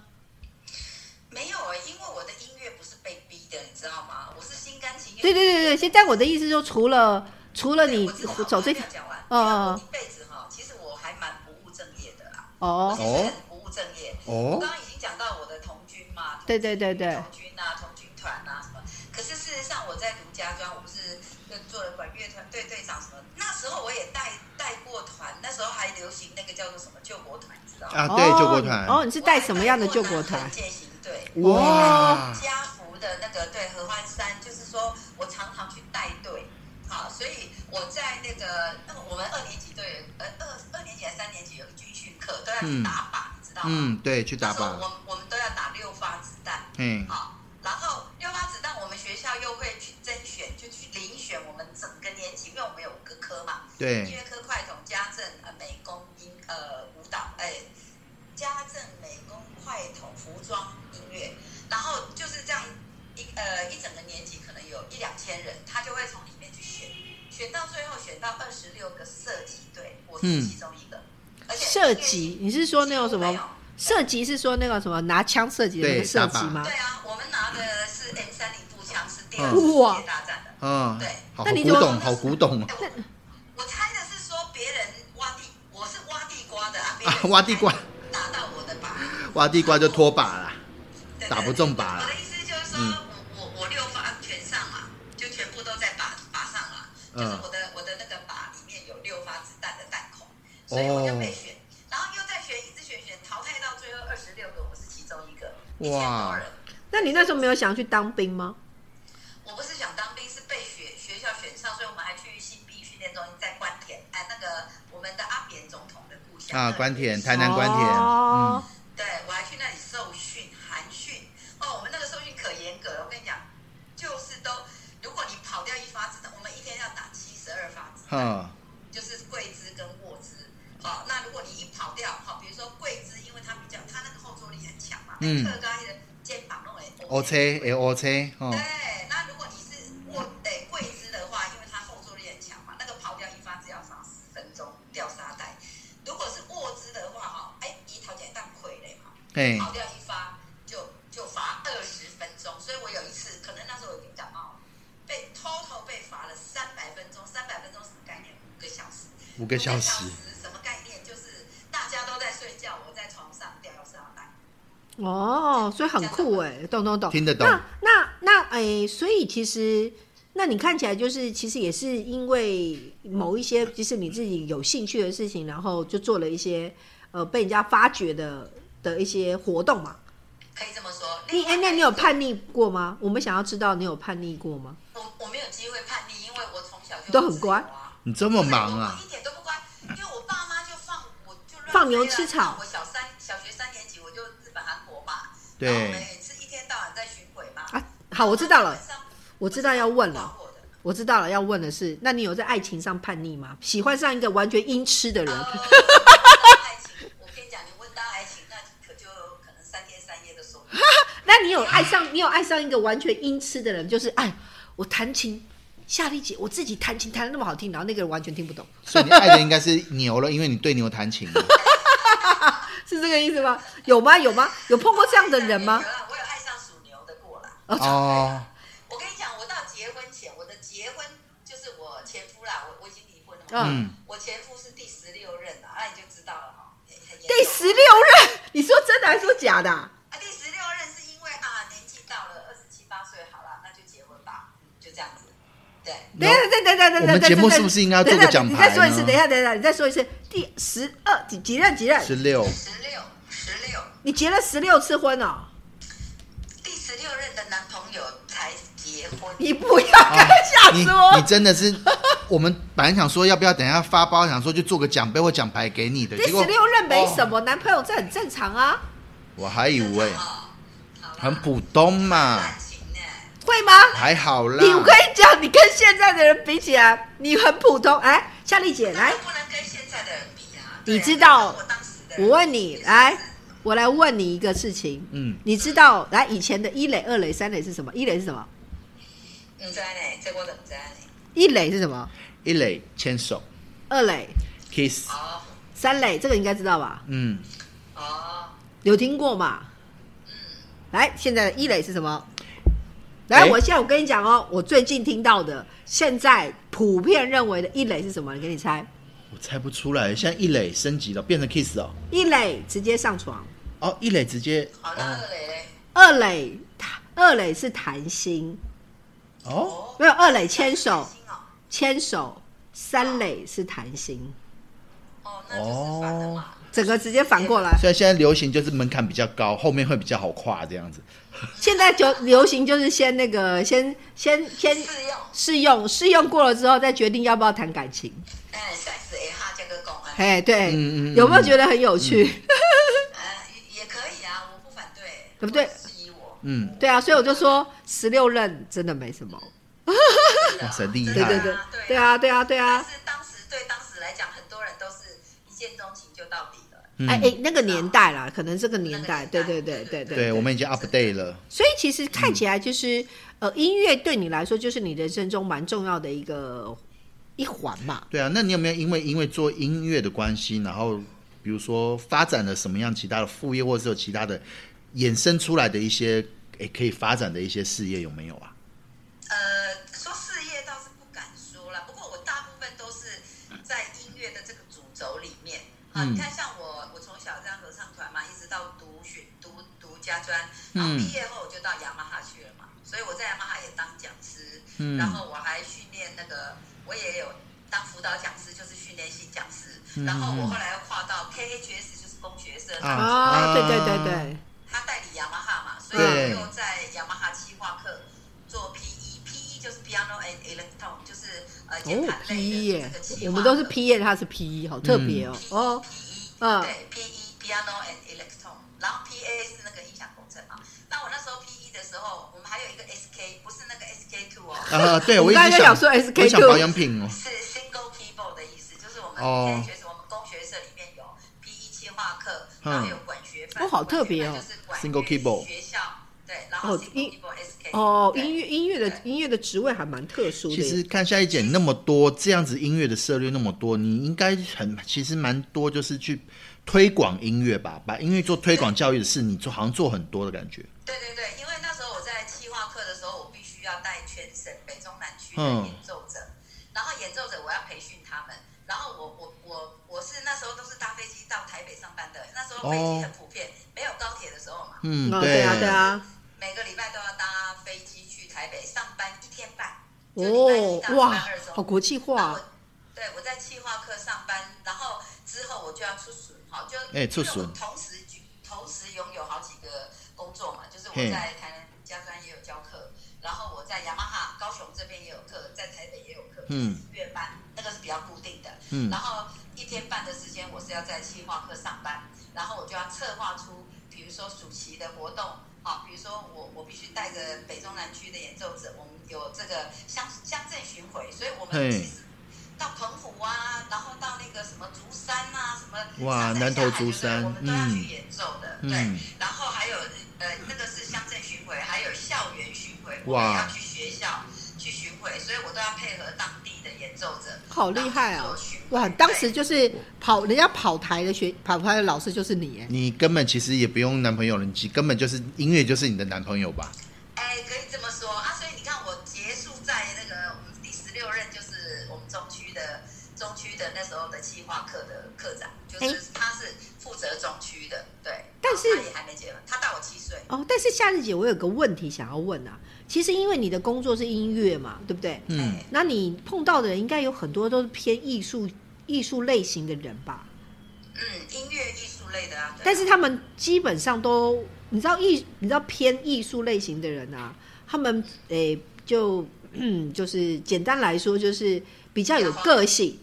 C: 没有诶，因为我的音乐不是被逼的，你知道吗？我是心甘情愿。
A: 对对对对，现在我的意思说，除了除了
C: 对
A: 你
C: 我知道
A: 走这
C: 我还没
A: 条
C: 有讲完，
A: 嗯嗯
C: 因为
A: 嗯
C: 我一辈子哈，其实我还蛮不务正业的啦，我
A: 哦
C: 其实很不务正业。
B: 哦，
C: 我刚刚已经讲到我的童军嘛，
A: 对对对对
C: 童军啊，童军团啊什么。可是事实上，我在读家庄，我不是就做了管乐团队队长什么。那时候我也带带过团，那时候还流行那个叫做什么救国团，你知道吗？
B: 啊，对，救国团，
A: 哦，你是带什么样的救国团？
C: 践行队。
B: 哇，
C: 啊家福的那个对合欢山，就是说我常常去带队，好，所以我在那个那个我们二年级都有呃二二年级还是三年级有个军训课，都要
A: 嗯
C: 去打靶，你知道吗？
B: 嗯，对，去打
C: 那时候
B: 靶，
C: 我们我们都要打六发子弹，
B: 嘿，
C: 好，然后六发子弹我们学校又会去甄选，就去遴选我们整个年级，因为我们有五个科嘛，音
B: 对，
C: 乐科、快统、家政、呃美工、音呃舞蹈，哎，家政、美工、快统、服装、音乐，然后就是这样一呃一整个年级可能有一两千人，他就会从里面去选，选到最后选到二十六个射击队，我是其中一个，而且
A: 射击，你是说那种什
C: 几乎没有
A: 么射击？是说那个什么拿枪射击的那个
B: 对
A: 射击
B: 打靶
A: 吗
C: 对？啊，我们拿的是 M 三零步枪，是第二
B: 嗯
C: 次世界大战的。
B: 嗯
C: 对，
B: 好，好
A: 那你
B: 古
A: 怎么
B: 董，好古董啊
C: 哎我我猜的是说别人挖地，我是挖地瓜的啊，别
B: 啊，
C: 人
B: 挖地瓜，
C: 打到我的靶，
B: 挖地瓜就脱靶啦，
C: 对
B: 打不中靶啦
C: 我的意思就是说，
B: 嗯
C: 我我我六发全上嘛，就全部都在靶靶上了，就是
B: 嗯
C: 我的我的那个靶里面有六发子弹的弹孔，所以我就被
B: 哦
C: 选，然后又再选，一直选选，淘汰到最后二十六个，我是其中一个，一千多
B: 哇
C: 人。
A: 那你那时候没有想去当兵吗？
C: 我不是想当兵，是被学学校选上，所以我们还去新兵训练中心，在关田，哎，那个我们的阿扁总统的故乡
B: 啊，
C: 那里
B: 关田，
C: 受
B: 台南关田，
A: 哦
B: 嗯，
C: 对我还去那里受训寒训。哦，我们那个受训可严格了，我跟你讲，就是都，如果你跑掉一发子弹，我们一天要打七十二发子弹，
B: 哼，
C: 就是跪姿跟卧姿。哦，那如果你一跑掉，好，比如说跪姿，因为它比较，它那个后坐力很强嘛，
B: 嗯
C: 特高的肩膀弄来
B: O C L O C，哦
C: 对，，那如果你是卧诶跪姿的话，因为它后坐力很强嘛，那个跑掉一发只要上十分钟掉沙袋。如果是卧姿的话，哈，哎，一头简单傀儡嘛，
B: 嘿，
C: 跑掉一发就就罚二十分钟。所以我有一次，可能那时候我已经感冒了，被偷偷被罚了三百分钟。三百分钟什么概念？五个小时。
B: 五
C: 五
B: 个小时，
C: 什么概念？就是大家都在睡觉，我在床上掉沙袋。
A: 哦，所以很酷哎，懂懂懂，
B: 嗯听得懂
A: 那那那哎、所以其实，那你看起来就是，其实也是因为某一些，就是你自己有兴趣的事情，然后就做了一些呃被人家发掘的的一些活动嘛。
C: 可以这么说。
A: 你
C: 另外
A: 哎、那
C: 还
A: 你
C: 一
A: 有
C: 个
A: 叛逆过吗？我们想要知道你有叛逆过吗？
C: 我我没有机会叛逆，因为我从小就
A: 都很乖
C: 自由啊，
B: 你这么忙啊
C: 我一点都不乖，因为我爸妈就放我就乱
A: 放牛
C: 飞啊
A: 吃草
C: 我小三然后我
B: 对
C: 们，也是一天到晚在巡回嘛。
A: 啊，好，我知道了
C: 晚，上
A: 我知道要问了
C: 包。裹的。
A: 我知道了，要问的是，那你有在爱情上叛逆吗？喜欢上一个完全阴痴的人，
B: 啊
C: 哦问到爱情，我跟你讲，你问到爱情，那可就可能三天三夜都说不完。
A: 那你有爱上你有爱上一个完全阴痴的人，就是哎，我弹琴，夏丽姐，我自己弹琴弹的那么好听，然后那个人完全听不懂，
B: 所以你爱的应该是牛了，因为你对牛弹 琴。
A: 是这个意思吗？有吗？有吗？有碰过这样的人吗
C: 有？啦，我有爱上属牛的过啦。
B: 哦，
C: 我跟你讲，我到结婚前，我的结婚就是我前夫啦，我我已经离婚了嘛。
A: 嗯
B: 嗯，
C: 我前夫是第十六任啊啦，那你就知道了哈。很严重
A: 第十六任，你说真的还是说假的啊、
C: 啊，第十六任是因为啊，年纪到了二十七八岁，好了，那就结婚吧，就这样子。对，
A: 等一下，等一下等一下等一
B: 我们
A: 下等一下，
B: 节目是不是应该要做个奖牌呢
A: 等一下你再说一次，等一下，等一下，你再说一次，第十二几几任几任？
B: 十六，
A: 啊
C: 十六，十六，
A: 你结了十六次婚哦，
C: 第十六任的男朋友才结婚。
A: 你不要跟吓
B: 你
A: 死我！
B: 啊你真的是，我们本来想说要不要等一下发包，想说就做个奖杯或奖牌给你的，
A: 第
B: 结果哦
A: 十六任没什么，男朋友这很正常啊，
B: 我还以为
C: 哦好啦
B: 很普通啊嘛，
C: 感情呢？
A: 会吗？
B: 还好啦。
A: 你我跟你讲，你跟现在的人比起来，你很普通。哎，夏丽姐， 来
C: 那，不能跟现在的人比啊。
A: 你
C: 对啊
A: 知道
C: 那我当时的人
A: 我问你
C: 也，是
A: 来，我来问你一个事情。
B: 嗯，
A: 你知道，来以前的一垒、二垒、三垒是什么？一垒是什么？
C: 唔知嗯呢，这我就唔知呢。
A: 一垒是什么？
B: 一垒牵手
A: 二垒、
B: kiss，
C: 哦
A: 三垒，这个应该知道吧？
B: 嗯，
C: 哦，
A: 有听过嘛？来，现在的一垒是什么？来，
B: 哎
A: 我现在我跟你讲哦，我最近听到的，现在普遍认为的一垒是什么？你给你猜，
B: 我猜不出来，现在一垒升级了，变成 kiss 哦，
A: 一垒直接上床，
B: 哦，一垒直接哦
C: 好，那
A: 嗯
C: 二磊嘞？
A: 二垒二垒是谈心，
B: 哦
C: 哦，
A: 没有二垒牵手
C: 开，心哦
A: 牵手，三垒是谈心，
C: 哦，那就是反正嘛。
A: 整个直接反过来
B: 哦，。所以现在流行就是门槛比较高，后面会比较好跨这样子。
A: 现在就流行就是先那个，先先先
C: 试用，
A: 试用，试用过了之后再决定要不要谈感情。
C: 哎，下次下哈这个讲哎，
A: 哎，对，
B: 嗯嗯嗯
A: 有没有觉得很有趣？
C: 呃，也也可以啊，我不反对，
A: 对不对
C: 质疑我，
B: 嗯，
A: 对啊，所以我就说十六任真的没什么。
B: 哇塞，厉
A: 对
B: 害！
A: 对对
C: 啊对啊
A: 对啊对啊对
C: 但
A: 啊！
C: 是当时对当时来讲，很多人都是一见钟情就到底了。
B: 嗯
A: 哎哎，那个年代啦，可能这个年代，
C: 那
A: 对对
C: 个年代
A: 对对对。
B: 对，我们已经 update 了。
A: 所以其实看起来就是呃，音乐对你来说就是你人生中蛮重要的一个一环嘛。
B: 对啊，那你有没有因为因为做音乐的关系，然后比如说发展了什么样其他的副业，或者是有其他的衍生出来的一些诶可以发展的一些事业有没有啊？
C: 呃，说事业倒是不敢说了，不过我大部分都是在音乐的这个主轴里面啊。
B: 嗯
C: 你看，像我，我从小这样合唱团嘛，一直到读学读读家专，然后
B: 嗯
C: 毕业后我就到雅马哈去了嘛，所以我在雅马哈也当讲师，
B: 嗯
C: 然后我还训练那个，我也有当辅导讲师，就是训练性讲师，
B: 嗯
C: 然后我后来又跨到 KHS，就是工学社，
B: 啊
A: 啊，对对
B: 啊
A: 对对，
C: 他代理雅马哈嘛，所以
B: 对
C: 我又在雅马哈企划课做 PE，PE 就是 piano and electron，就是呃键
A: 哦
C: 盘
A: ，P
C: 类
A: 耶
C: 的这个企划课。，
A: 我们都是 P 耶，他是 P 好特别哦
C: PE
A: 哦
C: PE，
A: 嗯
C: E，对 PE piano and electron，然后 PA 是那个音响工程嘛。那我那时候 PE 的时候，我们还有一个 SK，不是那个 SK two 哦，
B: 啊，对
A: 我
B: 我一
A: 刚
B: 直
A: 才
B: 想
A: 想说 SK2
B: 我想保养品哦。
C: 是 single keyboard 的意思，就是我们
B: 哦
C: 现在学生我们工学社里面有 PE 企划课，
B: 嗯
C: 然后有管学分，
A: 哦好特别哦
C: 管学分就是
B: single
C: 管乐
B: keyboard
C: 学校对，然后
A: 哦
C: single
A: 音
C: keyboard SK
A: 哦，
C: 对
A: 音乐音乐的音乐的职位还蛮特殊的耶。
B: 其实看夏一姐那么多这样子音乐的涉猎那么多，你应该很其实蛮多就是去推广音乐吧，把音乐做推广教育的事，你做好像做很多的感觉。
C: 对对对，因为那时候我在企划课的时候，我必须要带全省北中南区的
B: 嗯
C: 演奏者，然后演奏者我要培训他们，然后我我我我是那时候都是搭飞机到台北上班的，那时候飞
B: 哦
C: 机很普遍，没有高铁的时候嘛，
B: 嗯，
A: 哦对啊对啊，
C: 每个礼拜都要搭飞机去台北上班一天半，就礼拜一
A: 哦
C: 到礼
A: 哇
C: 拜二中，
A: 好国际化
C: 那
A: 啊
C: 我。对，我在企划课上班，然后之后我就要出巡，好，就
B: 哎出巡
C: 因为我同时举同时拥有好几个工作嘛，就是我
B: 嘿
C: 在台南家专也有教课，然后我在雅马哈高雄这边也有课，在台北也有课，
B: 嗯，
C: 月班那个是比较固定的，
B: 嗯
C: 然后一天半的时间我是要在企划课上班，然后我就要策划出，比如说暑期的活动，好，比如说我我必须带着北中南区的演奏者，我们有这个乡乡镇巡回，所以我
B: 嘿
C: 们其实到澎湖啊，然后到那个什么竹山啊，什么
B: 哇
C: 上山
B: 南投
C: 下海
B: 竹
C: 就对
B: 山
C: 了我们都要去
B: 嗯
C: 演奏的，对。
B: 嗯，
C: 然后还有呃，那个是乡镇巡回，还有校园巡回，我
B: 哇
C: 们要去学校去巡回，所以我都要配合当地的演奏者。
A: 好厉害啊
C: 然后去做巡回
A: 哇，当时就是跑人家跑台的学跑台的老师就是你哎，
B: 你根本其实也不用男朋友了，你其根本就是音乐就是你的男朋友吧？
C: 哎，可以这么说啊。所以你看，我结束在那个我们第十六任，就是我们中区的中区的那时候的计划课的课长，就
A: 哎
C: 是他是负责中区的，对。
A: 但是
C: 然后他也还没结婚，他大我七岁。
A: 哦，但是夏日姐，我有个问题想要问啊。其实因为你的工作是音乐嘛，对不对？
B: 嗯
C: 哎，
A: 那你碰到的人应该有很多都是偏艺术艺术类型的人吧？
C: 嗯，音乐艺术类的啊。对啊
A: 但是他们基本上都，你知道艺，你知道偏艺术类型的人啊，他们诶、就嗯就是简单来说，就是比较有个性，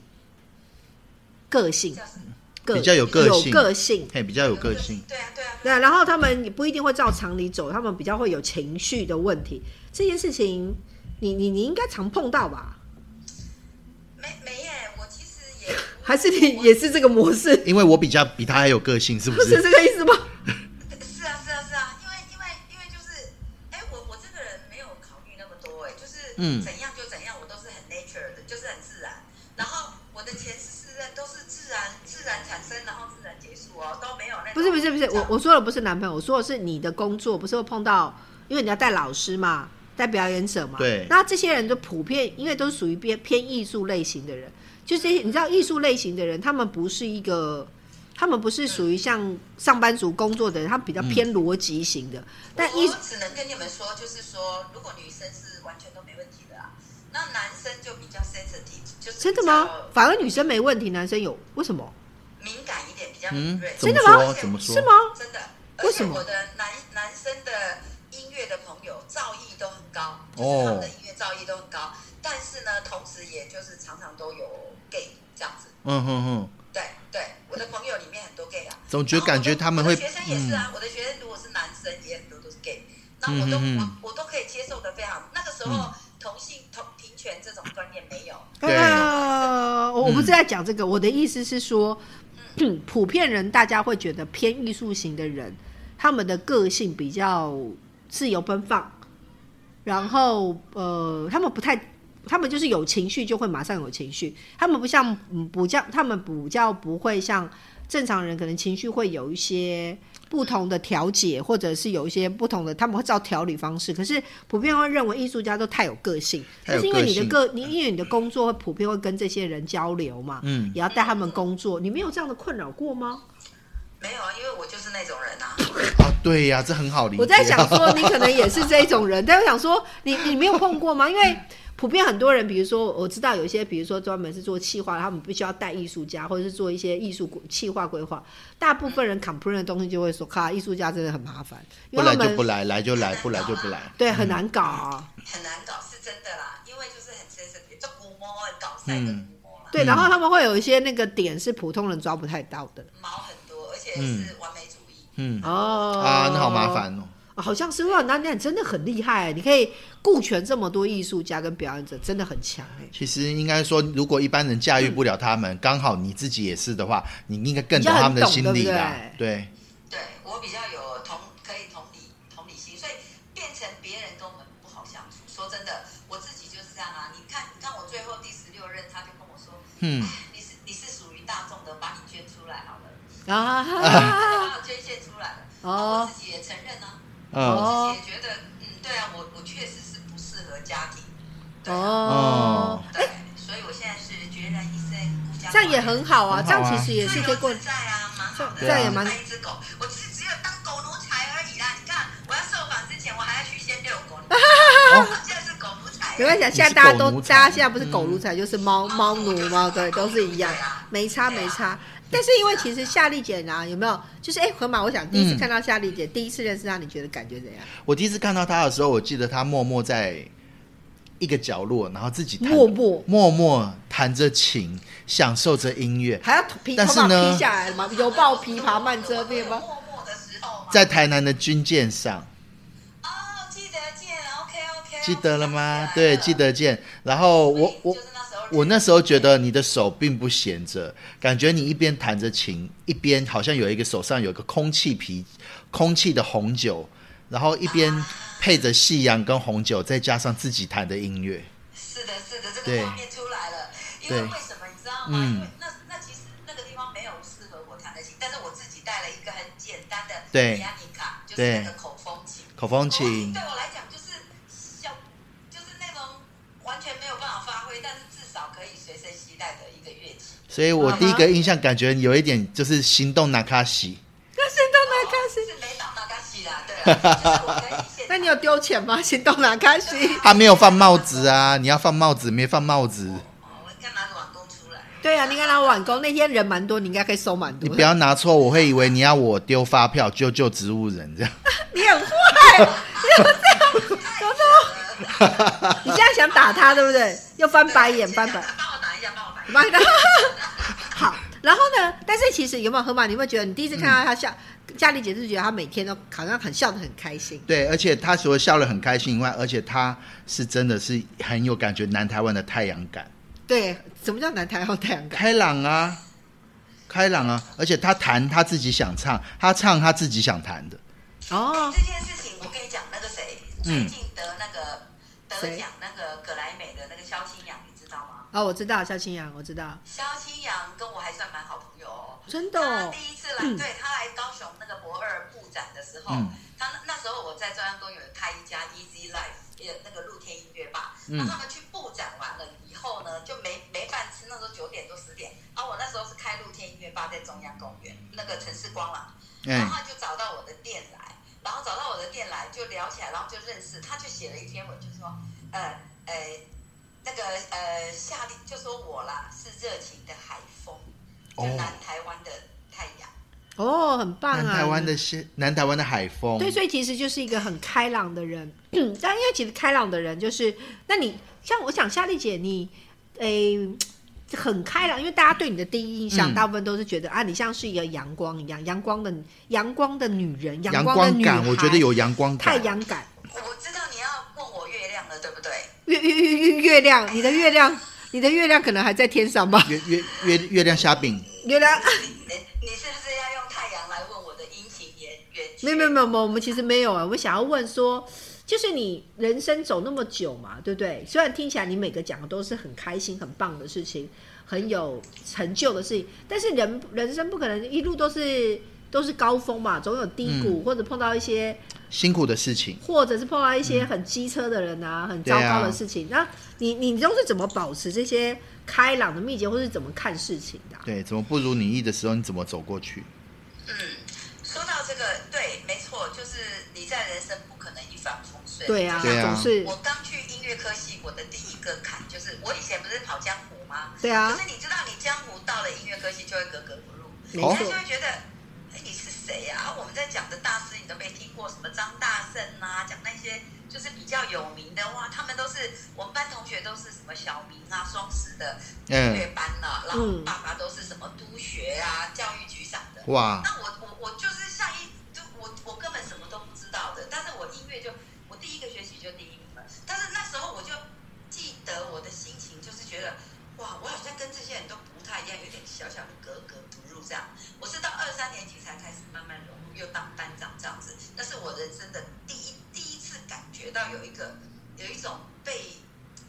A: 个性，
C: 叫什么
A: 个
B: 比较有个性
A: 有个性。
B: 嘿，比较有个性。
C: 对啊，对啊，对啊。
A: 对，然后他们也不一定会照常理走，他们比较会有情绪的问题。这件事情，你你你应该常碰到吧？
C: 没没耶，我其实 也不
A: 还是你也是这个模式？
B: 因为我比较比他还有个性，是不
A: 不是
B: 是？
A: 这个意思吗？
C: 是啊，是啊，是啊，因为因为因为就是，哎、我我这个人没有考虑那么多、哎，就是
B: 嗯
C: 怎样就怎样，我都是很 nature 的，就是很自然。然后我的前十四任都是自然自然产生，然后自然结束哦，都没有那种
A: 不是不是不是，我我说的不是男朋友，我说的是你的工作，不是会碰到，因为你要带老师嘛，带表演者嘛。
B: 对
A: 那这些人都普遍，因为都是属于偏偏艺术类型的人，就这些你知道艺术类型的人，他们不是一个。他们不是属于像上班族工作的人，他们比较
B: 嗯
A: 偏逻辑型的。但
C: 我
A: 艺
C: 我只能跟你们说，就是说，如果女生是完全都没问题的啊，那男生就比较 sensitive，就是
A: 真的
C: 比
A: 吗
C: 较？
A: 反而女生没问题，男生有为什么？
C: 敏感一点，比较敏
B: 嗯
C: 锐，。
B: 怎么
A: 真的吗
B: 说？怎么说？
A: 是吗？
C: 真的，
A: 为
C: 而
A: 什
C: 且
A: 么
C: 我的男男生的音乐的朋友造诣都很高，就是他
B: 哦
C: 们的音乐造诣都很高，但是呢，同时也就是常常都有 gay 这样子。
B: 嗯哼哼，
C: 对对，我的朋友里面很多 gay 啊，
B: 总觉
C: 然后
B: 感觉
C: 我的
B: 他们
C: 我
B: 会嗯
C: 的学生也是啊，我的学生如果是男生，也很多都是 gay，那我都、
B: 嗯嗯嗯
C: 我我都可以接受的非常。那个时候、同性同平权这种观念没有，
B: 对
A: 呃，我我不是在讲这个，我的意思是说， 普遍人大家会觉得偏艺术型的人，他们的个性比较自由奔放，然后呃，他们不太。他们就是有情绪就会马上有情绪，他们不像嗯不像他们比较不会像正常人，可能情绪会有一些不同的调节，或者是有一些不同的，他们会照调理方式。可是普遍会认为艺术家都太有个性，
B: 太有
A: 就是因为
B: 个
A: 你的
B: 性
A: 个你因为你的工作会普遍会跟这些人交流嘛，
B: 嗯，
A: 也要带他们工作，你没有这样的困扰过吗？
C: 没有啊，因为我就是那种人啊。
B: 啊，对呀、这很好理解。
A: 我在想说，你可能也是这种人，但我想说你，你没有碰过吗？因为普遍很多人，比如说我知道有一些，比如说专门是做企划，他们必须要带艺术家，或者是做一些艺术企划规划。大部分人 complain 的东西就会说，咔，艺术家真的很麻烦，
B: 不
A: 因为
B: 来
A: 他
B: 就不
A: 们
B: 来，嗯来就来，不来就不来。
A: 对很难搞啊。
C: 很难搞，是真的啦，因为就是很 sensitive，就古摸很搞赛的
B: 嗯
C: 古摸啦，
A: 对，然后他们会有一些那个点是普通人抓不太到的。
C: 毛很多，而且是完美主义。
B: 嗯
A: 哦，
B: 啊，那好麻烦哦。
A: 啊好像是哇，那那你真的很厉害，你可以顾全这么多艺术家跟表演者，真的很强哎。
B: 其实应该说，如果一般人驾驭不了他们，刚好你自己也是的话，你应该更懂他们的心
A: 你
B: 理
A: 就很懂
B: 啦。对，
C: 对我比较有同可以同理同理心，所以变成别人跟我们不好相处。说真的，我自己就是这样啊。你看，你看我最后第十六任，他就跟我说，
B: 嗯
C: 哎，你是你是属于大众的，把你捐出来好了，
A: 啊，
C: 把我捐献出来了。
A: 欸 哦
C: 我自己也承认啊，
B: 嗯，
A: 哦
C: 我自己也觉得，嗯，对啊，我我确实是不适合家庭。对啊
B: 嗯
A: 哦，
C: 对，所以我现在是决然一身孤家寡人，
A: 这样也很好啊，
B: 很
A: 这
B: 好啊
A: 样其实也是可以过
C: 自由自。在啊，蛮好的，
A: 这
B: 这样也
A: 蛮
C: 我是带一只狗，我只只有当狗奴才而已啦。你看，我要受访之前，我还要去先遛狗，你知道吗我现在是狗奴才
A: 没关
C: 啊。
A: 系啊，现在大家
B: 你是狗
A: 都
B: 奴才
A: 大家现在不是狗奴才，就是猫猫
C: 猫奴
A: 奴猫，对，都是一样
C: 对啊，
A: 没差
C: 对啊
A: 没差。但是因为其实夏丽姐呢，有没有就是哎，河马，我想第一次
B: 嗯
A: 看到夏丽姐，第一次认识她，你觉得感觉怎样？
B: 我第一次看到他的时候，我记得他默默在一个角落，然后自己弹
A: 默默
B: 默默弹着琴，享受着音乐。
A: 还要披头
B: 但是
A: 发
B: 呢
A: 披下来吗？有抱琵琶半遮面吗？
C: 默默的时候嘛，
B: 在台南的军舰上，记得了吗？对，记。得见。然后我我
C: 就是那时候
B: 我那时候觉得你的手并不闲着，感觉你一边弹着琴，一边好像有一个手上有一个空气啤、空气的红酒，然后一边配着夕阳跟红酒，再加上自己弹的音乐。
C: 是的，是的，这
B: 对
C: 个画面出来了。因
B: 对
C: 为为什么你知道吗？
B: 嗯
C: 因为那那其实那个地方没有适合我弹的琴，但是我自己带了一个很简单的
B: 对
C: 皮亚尼卡，就
B: 对
C: 是那个口风琴。
B: 口风
C: 口风琴
B: 琴，
C: 哦对我来讲就是小，就是那种完全没有办法发挥，但是至少可以随身携带的一个乐器。
B: 所以我第一个印象感觉有一点就是心动纳卡西。
A: 那心动拿卡西，
C: 哦是没到那个西啦，对 啦，就是我可以现
A: 那你有丢钱吗？心动拿卡西，
B: 他没有放帽子啊，你要放帽子，没放帽子，
C: 哦，我刚拿着碗工出来。
A: 对啊，你看他晚工那天人蛮多，你应该可以收蛮
B: 你
A: 多
B: 不
A: 的。
B: 要拿错，我会以为你要我丢发票救救植物人这样。
A: 你很坏，你怎么这样？怎么这
C: 哎
A: 么？你现在想打他对不对？又翻白眼，翻白。
C: 帮我打一下，帮我打一下。
A: 妈的，好。然后呢？但是其实有没有河马？你会觉得你第一次看到他笑，佳丽姐是觉得他每天都好像很笑得很开心。
B: 对，而且他除了笑得很开心以外，而且他是真的是很有感觉南台湾的太阳感，
A: 对，什么叫南台湾太阳感？
B: 开朗啊，开朗啊，而且他弹他自己想唱，他唱他自己想弹的，
A: 哦，
C: 这件事情我跟你讲，那个谁最
B: 嗯
C: 近得那个
A: 谁
C: 得奖那个葛莱美的那个萧清扬，你知道吗？
A: 哦，我知道，萧清扬，我知道，
C: 萧清扬跟我还算蛮好朋友哦。
A: 真的
C: 他
A: 哦，
C: 第一次来，对他来高雄那个博二布展的时候，
B: 嗯
C: 他那那时候我在中央公园开一家 Easy Life，也那个露天音乐吧。
B: 嗯
C: 那、他们去布展完了以后呢，就没没饭吃，那时候九点多十点。啊，我那时候是开露天音乐吧，在中央公园那个城市光廊，
B: 哎、
C: 然后他就找到我的店来，然后找到我的店来就聊起来，然后就认识，他就写了一篇文，就说，呃呃，那个呃夏令就说我啦是热情的海风，就
B: 哦
C: 南台湾的太阳。
A: 哦，很棒啊，
B: 南台湾的西，南台湾的海风，
A: 对，所以其实就是一个很开朗的人。但因为其实开朗的人就是，那你像我想夏丽姐你，诶、很开朗，因为大家对你的第一印象，
B: 嗯
A: 大部分都是觉得啊，你像是一个阳光一样，阳光的阳光的女人，
B: 阳
A: 光的女
B: 感，我觉得
A: 孩
B: 有阳光
A: 太
B: 感，
A: 阳感。
C: 我知道你要问我月亮了，对不对？
A: 月月月月月亮，你的月亮，你的月亮可能还在天 上吧？
B: 月月月月亮虾饼，
A: 月亮，
C: 你你是不是要用太阳来问我的阴晴圆圆缺？
A: 没有没有没有，没有我们其实没有啊。我想要问说，就是你人生走那么久嘛，对不对？虽然听起来你每个讲的都是很开心、很棒的事情，很有成就的事情，但是人人生不可能一路都是都是高峰嘛，总有低谷，或者碰到一些，
B: 辛苦的事情。
A: 或者是碰到一些很机车的人啊，很糟糕的事情。那你你都是怎么保持这些开朗的秘诀，或是怎么看事情的啊、
B: 对，怎么不如你意的时候，你怎么走过去？
C: 嗯，说到这个，对，没错，就是你在人生不可能一帆风顺。
A: 对啊，
B: 对啊
A: 总是
C: 我刚去音乐科系，我的第一个坎就是，我以前不是跑江湖吗？
A: 对啊
C: 可，是你知道，你江湖到了音乐科系就会格格不入，
A: 没
B: 哦
C: 人家
A: 错
C: 就，会觉得，哎，你是谁呀、啊？我们在讲的大师你都没听过，什么张大圣啊，讲那些就是比较有名的哇，他们都是我们班同学都是什么小明啊、双十的音乐
B: 嗯，
C: 班啊，然后
A: 嗯
C: 爸爸都是什么督学啊、教育局长的。
B: 哇，
C: 那我我我就是像一就我我根本什么都不知道的，但是我音乐就我第一个学期就第一名了，但是那时候我就记得我的心情就是觉得哇，我好像跟这些人都不太一样，有点小小的格格不入这样。我是到二三年级才开始慢慢融入，又当班长这样子，那是我人生的第一第一次感觉到有一个有一种被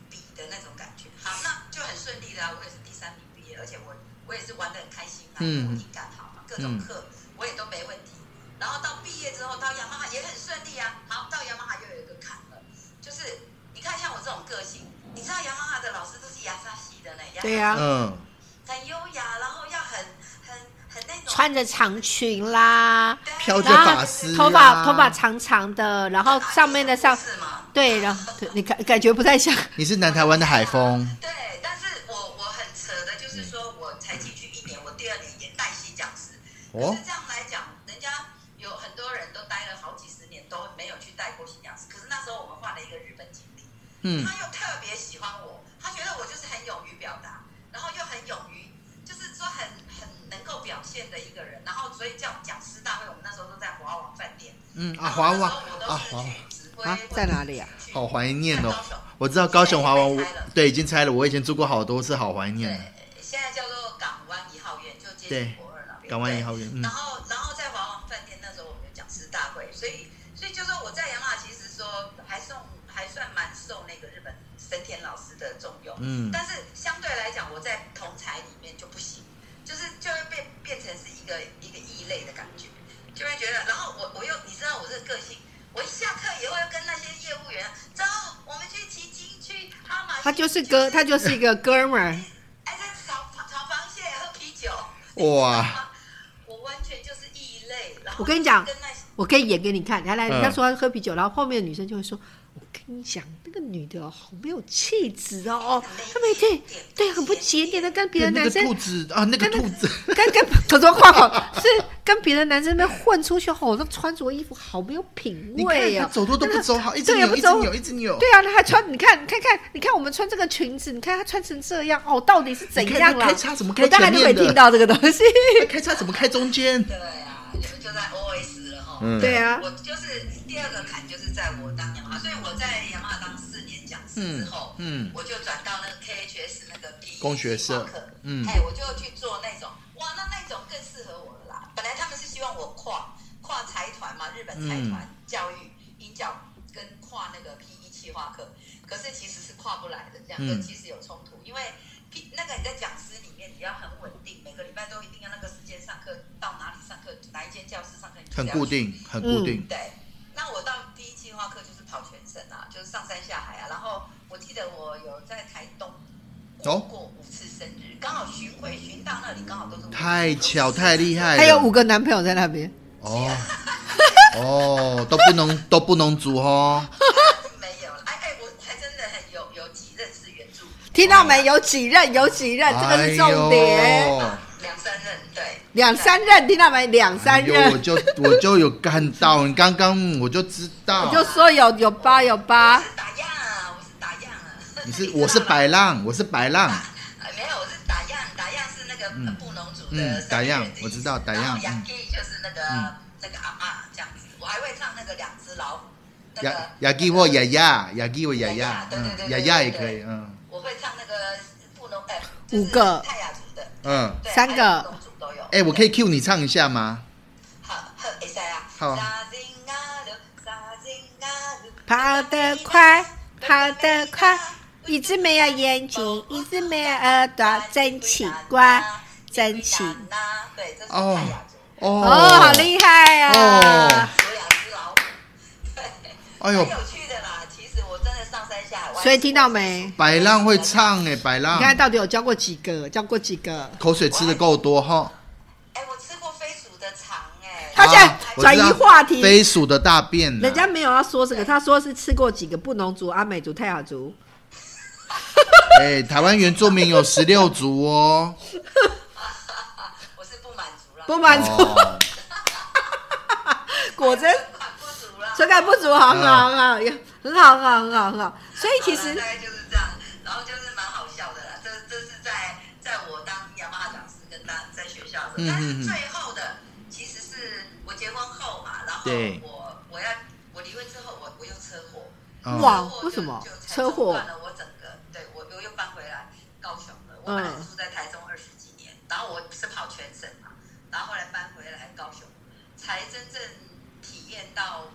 C: 比的那种感觉。好，那就很顺利啦、我也是第三名毕业，而且我我也是玩的很开心啊，
B: 嗯
C: 我音感好嘛，各种课我也都没问题。然后到毕业之后到雅马哈也很顺利啊，好，到雅马哈又有一个坎了，就是你看像我这种个性，你知道雅马哈的老师都是牙刷系的呢，牙
A: 对啊，
B: 嗯，
C: 很优雅，然后要很很很那种
A: 穿着长裙啦，
B: 飘着
A: 然后
B: 发丝
A: 头
B: 啦
A: 发头发长长的，然后上面的上
C: 是吗？
A: 对，然后对你感感觉不太像，
B: 你是南台湾的海风，
C: 对，但是我我很扯的，就是说我才进去一年，我第二年也带戏讲师。可
B: 哦
C: 是，这样来讲，人家有很多人都待了好几十年都没有去带过新讲师。可是那时候我们换了一个日本经理，
B: 嗯，
C: 他又特别喜欢我，他觉得我就是很勇于表达，然后又很勇于，就是说很很能够表现的一个人。然后所以叫讲师大会，我们那时候都在华王饭店。
B: 嗯啊，华
C: 然
B: 王
C: 后那时候我
B: 啊，华
C: 都是
B: 王
C: 去直
A: 啊，在哪里啊？
B: 好怀念哦
C: 在高雄！
B: 我知道高雄华王，
C: 现
B: 我
C: 在已经拆了
B: 对已经拆了，我以前住过好多次，好怀念
C: 对
B: 了。，
C: 现在叫做港湾一号院，就接
B: 对
C: 近国二那边。
B: 港湾
C: 对
B: 一号院，嗯
C: 然，后，然后在华王饭店那时候我们有讲师大会，所以，所以就说我在养老，其实说还送还算蛮受那个日本森田老师的重用，
B: 嗯
C: 但是相对来讲，我在同才里面就不行，就是就会变变成是一个一个异类的感觉，就会觉得，然后我我又你知道我这个个性，我一下课也会跟那些业务员走，我们去骑金去哈马逊，
A: 他就是哥，他就是一个哥们
B: 嗯
A: 儿。
C: 哎，在炒炒螃蟹喝啤酒，
B: 嗯哇，
C: 我完全就是异类。然后
A: 我跟你讲
C: 跟那些
A: 我可以演给你看，来
B: 嗯
A: 来，人家说他喝啤酒，然后后面的女生就会说：“我跟你讲，那个女的哦好没有气质哦，哦，她没对对，很不检点的跟别的
B: 那
A: 男
B: 个
A: 生
B: 兔子啊，那个兔子，
A: 跟跟可多话好是跟别的男生那边混出去后，那穿着衣服好没有品
B: 你看
A: 味
B: 它
A: 哦。
B: 走路都不走好，一直
A: 对也
B: 扭，
A: 不
B: 一直
A: 走
B: 扭，一直扭。
A: 对啊，那还穿，你看，你看看，你看我们穿这个裙子，你看她穿成这样，哦，到底是怎
B: 你看
A: 样
B: 她
A: 啦？
B: 开叉怎么开
A: 我大概
B: 前
A: 就
B: 面
A: 没
B: 的
A: 听到这个东西。
B: 开叉怎么开中间？
C: 对啊，你们就在 OS 了哈。
B: 嗯
A: 对啊
C: 我就是第二个坎，就是在我当养妈，所以我在养妈当四年讲师之后，
B: 嗯嗯
C: 我就转到那个 KHS 那个 P
B: 工学社嗯
C: 哎，我就去做那种，哇，那那种更适合我了啦。本来他们是希望我跨跨财团嘛，日本财
B: 嗯
C: 团教育、英教跟跨那个 PE 企划课，可是其实是跨不来的，两个
B: 嗯
C: 其实有冲突，因为 P 那个你在讲师里面你要很稳定，每个礼拜都一定要那个时间上课，到哪里上课，哪一间教室上课，你就是
B: 很
C: 要
B: 固
C: 去
B: 定，很固定。
C: 对，那我到第一计划课就是跑全省啊，就是上山下海啊。然后我记得我有在台东
B: 哦
C: 过过五次生日，刚好巡回巡到那里，刚好都是
B: 太巧太厉害了
A: 还有五个男朋友在那边，
B: 哦哦，都不能都不能煮 哦。
C: 害，没有了。哎哎，我还真的很有有几任是原住民，
A: 听到没？有几任，有几任，这个是重
B: 哎
A: 点。
B: 呦
C: 两三任，对，
A: 两三任，听到没？两三
B: 哎
A: 任
B: 呦，我，就我就有看到，你刚刚我就知
A: 我
B: 道，
A: 就说有有八有
C: 我
A: 八，
C: 是打样啊，我是打样啊。
B: 你是
C: 知道
B: 我 是
C: 吗
B: 白浪，我是白浪，
A: 啊
C: 呃，没有，我是打样，打样是那个
B: 嗯
C: 布农族
B: 嗯
C: 的
B: 打样
C: 三个月的意思
B: 我知道打样
C: 然后
B: 嗯
C: yaki 就是那个
B: 嗯
C: 那个阿嬷这样子，我还会唱那个两只老虎，那
B: 雅
C: 个
B: 雅基或雅雅，雅基或雅雅
C: 雅，对对
B: 嗯，
C: 对对
B: 雅雅也可以，嗯
C: 我会唱那个布农哎，就是
A: 五个
C: 泰雅族的，
B: 嗯。
C: 对，
A: 三个
C: 还有布农族都有。
B: 哎，我可以 Q 你唱一下吗？
C: 好，好，会使啊。
B: 好
C: 沙丁阿鲁，沙丁阿鲁
A: 跑得快，跑得快，一只没有眼睛，一只没有耳朵，真奇怪，真奇。
C: 对，这是
B: 哦
C: 泰雅族，
B: 哦，
A: 哦，好厉害啊！
C: 有两只老虎。
B: 哎
C: 很
B: 呦，
C: 有趣的啦，其实我真的上山下海，
A: 所以听到没？
B: 白浪会唱哎，白
A: 你
B: 浪，
A: 看到底有教过几个？教过几个？
B: 口水吃的够多哈。
C: 哎、我吃过飞鼠的肠、哎，
A: 他现在
B: 啊我
A: 转
B: 知
A: 移
B: 道
A: 话题
B: 飞鼠的大便啊，
A: 人家没有要说这个，他说是吃过几个布农族、阿美族、泰雅族。
B: 哎，台湾原住民有十六族哦，
C: 我是不满足了，
A: 不满足，
B: 哦
A: 果真
C: 存款不足了，
A: 存感不足，好好好好，也很好很好很好很好。所以其
C: 好啦
A: 实
C: 大概就是这样，然后就是蛮好笑的啦，这这是在在我当雅马哈讲师跟当在学校的时候，
B: 嗯
C: 但
B: 嗯嗯
C: 是最后的其实是我结婚后嘛，然后
B: 对
C: 我我要我离婚之后，我我又车祸，
B: 哦
A: 哇
C: 车祸
A: 为
C: 就
A: 什么
C: 就才
A: 车祸
C: 中断了我整个，对我我又搬回来高雄了。我本来
A: 嗯
C: 是住在台中二十几年，然后我是跑全省嘛，然后后来搬回来高雄，才真正体验到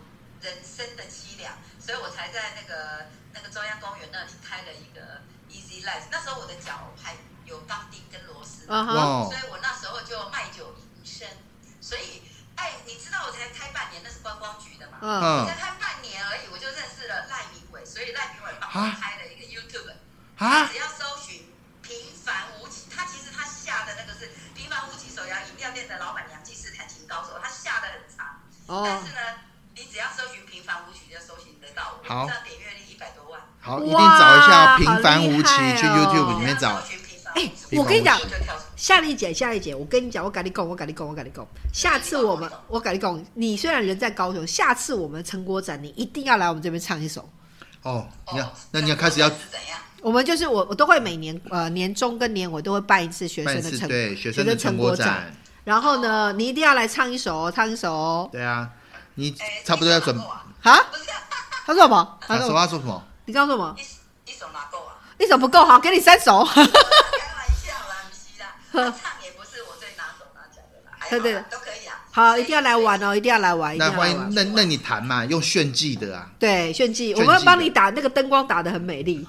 C: 人生的凄凉，所以我才在那个那个中央公园那里开了一个 Easy Life。那时候我的脚还有钢钉跟螺丝，
A: 啊哈，
B: 哇哦
C: 所以我那时候就卖酒营生。所以，哎，你知道我才开半年，那是观光局的嘛，
A: 嗯，
B: 嗯
C: 才开半年而已，我就认识了赖明伟，所以赖明伟帮
B: 啊
C: 我开了一个 YouTube，
B: 啊
C: 只要搜寻“平凡无奇”，他其实他下的那个是“平凡无奇”手摇饮料店的老板娘，既是弹琴高手，他下的很长，但
A: 哦
C: 是，呢，你只要搜寻“平凡无奇”就搜寻得到我，
B: 好
C: 这样点阅率一百多万。
B: 好，
A: 哇
B: 一定找一下《平凡无奇
A: 好
B: 去
A: 厉害》哦
B: YouTube 里面
C: 只要
B: 找
C: 搜。寻平凡无
A: 哎
C: 奇，
A: 我跟你讲
C: 就，跳出
A: 夏丽姐，夏丽姐，我跟你讲，我跟你讲，我跟你讲，我跟你讲，下次我们，我跟你讲，你虽然人在高雄，下次我们成果展，你一定要来我们这边唱一首。
B: 哦，你要
C: 哦，
B: 那你要开始要
C: 是怎样？
A: 我们就是我，我都会每年呃年中跟年尾都会办一次学
B: 办
A: 生的
B: 事
A: 成
B: 对学生的
A: 的
B: 成
A: 果
B: 果展，，
A: 然后呢，你一定要来唱一首哦，唱一首哦，
B: 对啊，你
C: 哎
B: 差不多要准
C: 你干嘛啊
A: 啊，
C: 不是，
A: 他说什么？
B: 他
A: 说
B: 说他说什么？
A: 你刚刚说什么？
C: 一一首哪够啊？
A: 一首不够好，给你三首。
C: 开玩笑啦，不是啦，他唱也不是我最拿手拿脚的啦，还好
A: 对对
C: 啦都可以啊。
A: 好，一定要来玩哦，一定要来玩，一定
B: 那
A: 要
B: 欢
A: 来
B: 迎
A: 玩。
B: 那那你弹嘛，用炫技的 啊，
A: 对，炫技，
B: 炫技
A: 我们会帮你打那个灯光打的很美丽，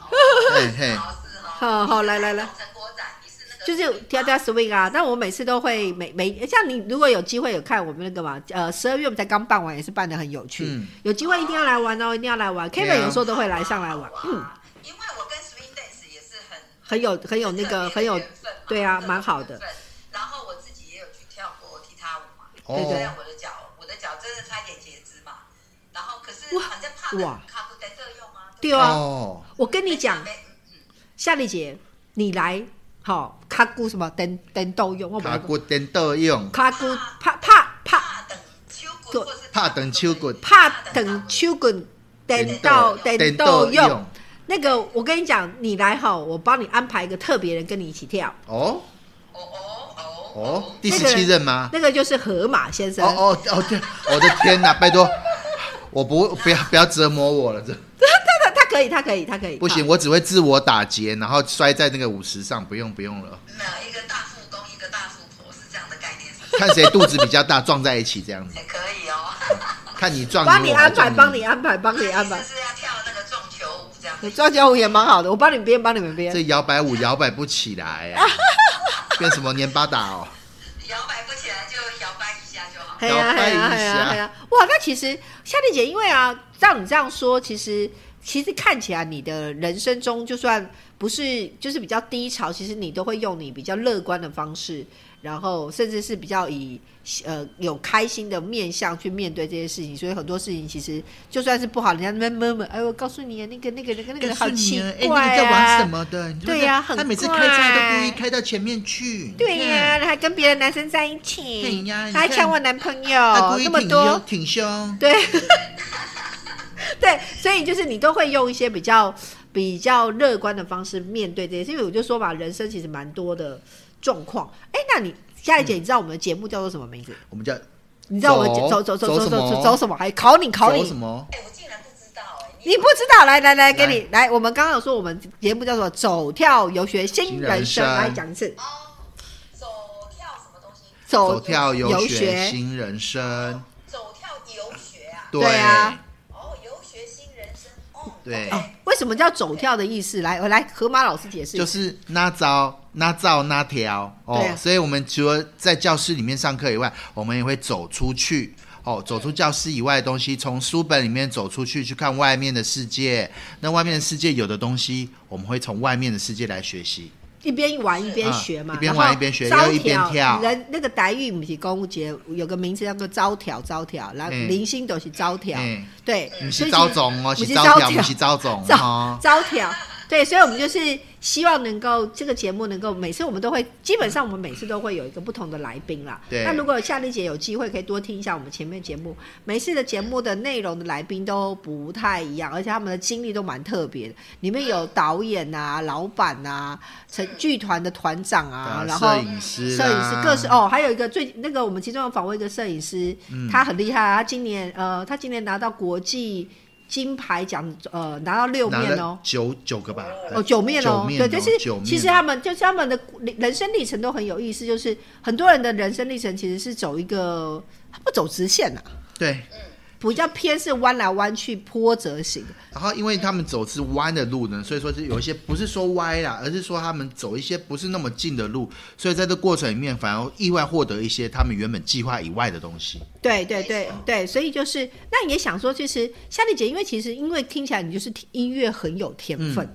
B: 嘿嘿，
C: 好是哦，
A: 好好来来来
C: 成果展，你是那个
A: 就是跳跳 swing 啊。但我每次都会每每像你如果有机会有看我们那个嘛，呃，十二月我们才刚办完，也是办的很有趣，
B: 嗯
A: 有机会一定要来玩哦，一定要来玩。
B: 对
A: Kevin、
B: 啊
A: 有时候都会来上来玩，嗯，
C: 哇，因为我跟 Swing Dance 也是很
A: 很有很有那个很有
C: 特别的
A: 对
C: 缘分嘛
A: 啊
C: 特别
A: 蛮好的
C: 缘分然后我自己也有去跳过踢踏舞嘛，
B: 哦
C: 虽然我的脚我的脚真的差一点截肢嘛，然后可是
A: 哇
C: 好像怕的
A: 哇
C: 卡布在这用啊，对
A: 对啊。
B: 哦，
A: 我跟你讲
C: 没，嗯
A: 夏丽姐，你来好卡姑什么等等豆用，我
B: 卡
A: 们
B: 骨颠倒用，
A: 卡姑怕怕怕
C: 怕等秋
A: 对
C: 骨或是
B: 怕等秋骨
A: 怕等秋滚等到等豆用。那个，我跟你讲，你来哈，我帮你安排一个特别人跟你一起跳。
B: 哦
C: 哦哦哦
B: 哦，第
A: 那
B: 十
A: 个
B: 七
A: 人
B: 任吗？
A: 那个就是河马先生，
B: 哦哦哦，对，我的天哪，拜托，我不不要不要折磨我了，这
A: 他 他可以，他可以，他可以。
B: 不行，
A: 好，
B: 我只会自我打结，然后摔在那个舞池上，不用不用了，
C: 没有一个大富公一个大富婆是这样的概念是
B: 看谁肚子比较大，撞在一起这样 子，
C: 也可以哦。
B: 看你撞
A: 帮
B: 你，
A: 你
B: 我还
A: 安排，
B: 撞
A: 帮你安排，帮你安
C: 那
A: 排
C: 你。是不是要跳那个撞球舞这样子？
A: 抓脚舞也蛮好的，我帮你们编，帮你们编。
B: 这摇摆舞摇摆不起来 啊，变什么年巴达哦，
C: 摇摆不起来就摇摆一下就好。
A: 嘿呀
B: 摇摆一
A: 嘿呀嘿呀
B: 下
A: 嘿呀！哇，那其实夏丽姐，因为啊，照你这样说，其实其实看起来你的人生中，就算不是就是比较低潮，其实你都会用你比较乐观的方式，然后甚至是比较以呃有开心的面向去面对这些事情。所以很多事情其实就算是不好，人家那边闷闷，哎，我告诉你啊，那个那个那个那个人好
B: 告诉你
A: 奇
B: 啊哎，那
A: 怪
B: 个在玩什
A: 啊。
B: 么的？你就
A: 对
B: 是
A: 呀很
B: 他每次开车都故意
A: 怪
B: 开到前面去，
A: 对
B: 你
A: 呀、
B: 看，
A: 还跟别的男生在一
B: 对
A: 起
B: 呀，你
A: 他还
B: 看
A: 抢我男朋友，
B: 他故意
A: 哦那么
B: 挺
A: 多，
B: 胸挺胸，
A: 对， 对，所以就是你都会用一些比较比较乐观的方式面对这些，因为我就说嘛，人生其实蛮多的状况。哎，那你夏丽姐，你知道我们的节目叫做什么名字？
B: 我们叫
A: 你知道我们
B: 嗯走
A: 走走走走
B: 走什
A: 走
B: 么
A: 走什么？还考你考
B: 走什
A: 你，
B: 么？
C: 哎、我竟然不知道哎、
A: 你不知道？来来来，给你来，我们刚刚有说我们节目叫做“走跳游学新
B: 新
A: 人
B: 人
A: 生”，
B: 生
A: 来讲一次，
C: 哦，走跳什么东西？
A: 走
B: 走跳游学
A: 学，
B: 新人生，
C: 走跳游学啊！
B: 对
A: 对啊
C: 哦，游学新人生哦，
B: 对
C: OK
A: 为什么叫走跳的意思？来，我来河马老师解释一下。
B: 就是那招那造那条哦
A: 对啊，
B: 所以我们除了在教室里面上课以外，我们也会走出去。哦，走出教室以外的东西，从书本里面走出去，去看外面的世界。那外面的世界有的东西，我们会从外面的世界来学习。
A: 一边玩一边学嘛，
B: 嗯一边
A: 然后
B: 玩一边学
A: 招
B: 又一边跳
A: 人那个台语不是端午节有个名字叫做招条，招条，然后
B: 嗯
A: 零星都是招条，
B: 嗯
A: 对，
B: 不
A: 所
B: 是
A: 以
B: 招
A: 其实
B: 总哦，
A: 不
B: 是
A: 是
B: 招
A: 招
B: 条，不
A: 条
B: 是招 总
A: 招
B: 哦。
A: 招条，对，所以我们就是希望能够这个节目能够每次我们都会，基本上我们每次都会有一个不同的来宾啦。
B: 对
A: 那如果夏丽姐有机会，可以多听一下我们前面节目，每次的节目的内容的来宾都不太一样，而且他们的经历都蛮特别的。里面有导演啊、老板啊、成剧团的团长啊，然后
B: 摄影师啊啦，
A: 摄影师各式哦，还有一个最那个我们其中有访问一个摄影师，
B: 嗯
A: 他很厉害啊，他今年呃，他今年拿到国际金牌奖，呃，拿到六
B: 拿
A: 面
B: 了
A: 哦。
B: 九九个吧，
A: 哦，九面哦，对，就
B: 九
A: 是
B: 面
A: 其实
B: 哦
A: 他们就是他们的人生历程都很有意思，就是很多人的人生历程其实是走一个他不走直线呐、啊
B: 对，
A: 比较偏是弯来弯去波折型。
B: 然后因为他们走是弯的路呢，所以说是有一些不是说歪啦，而是说他们走一些不是那么近的路，所以在这过程里面反而意外获得一些他们原本计划以外的东西。
A: 对对对对，所以就是那也想说，其实夏丽姐，因为其实因为听起来你就是听音乐很有天分，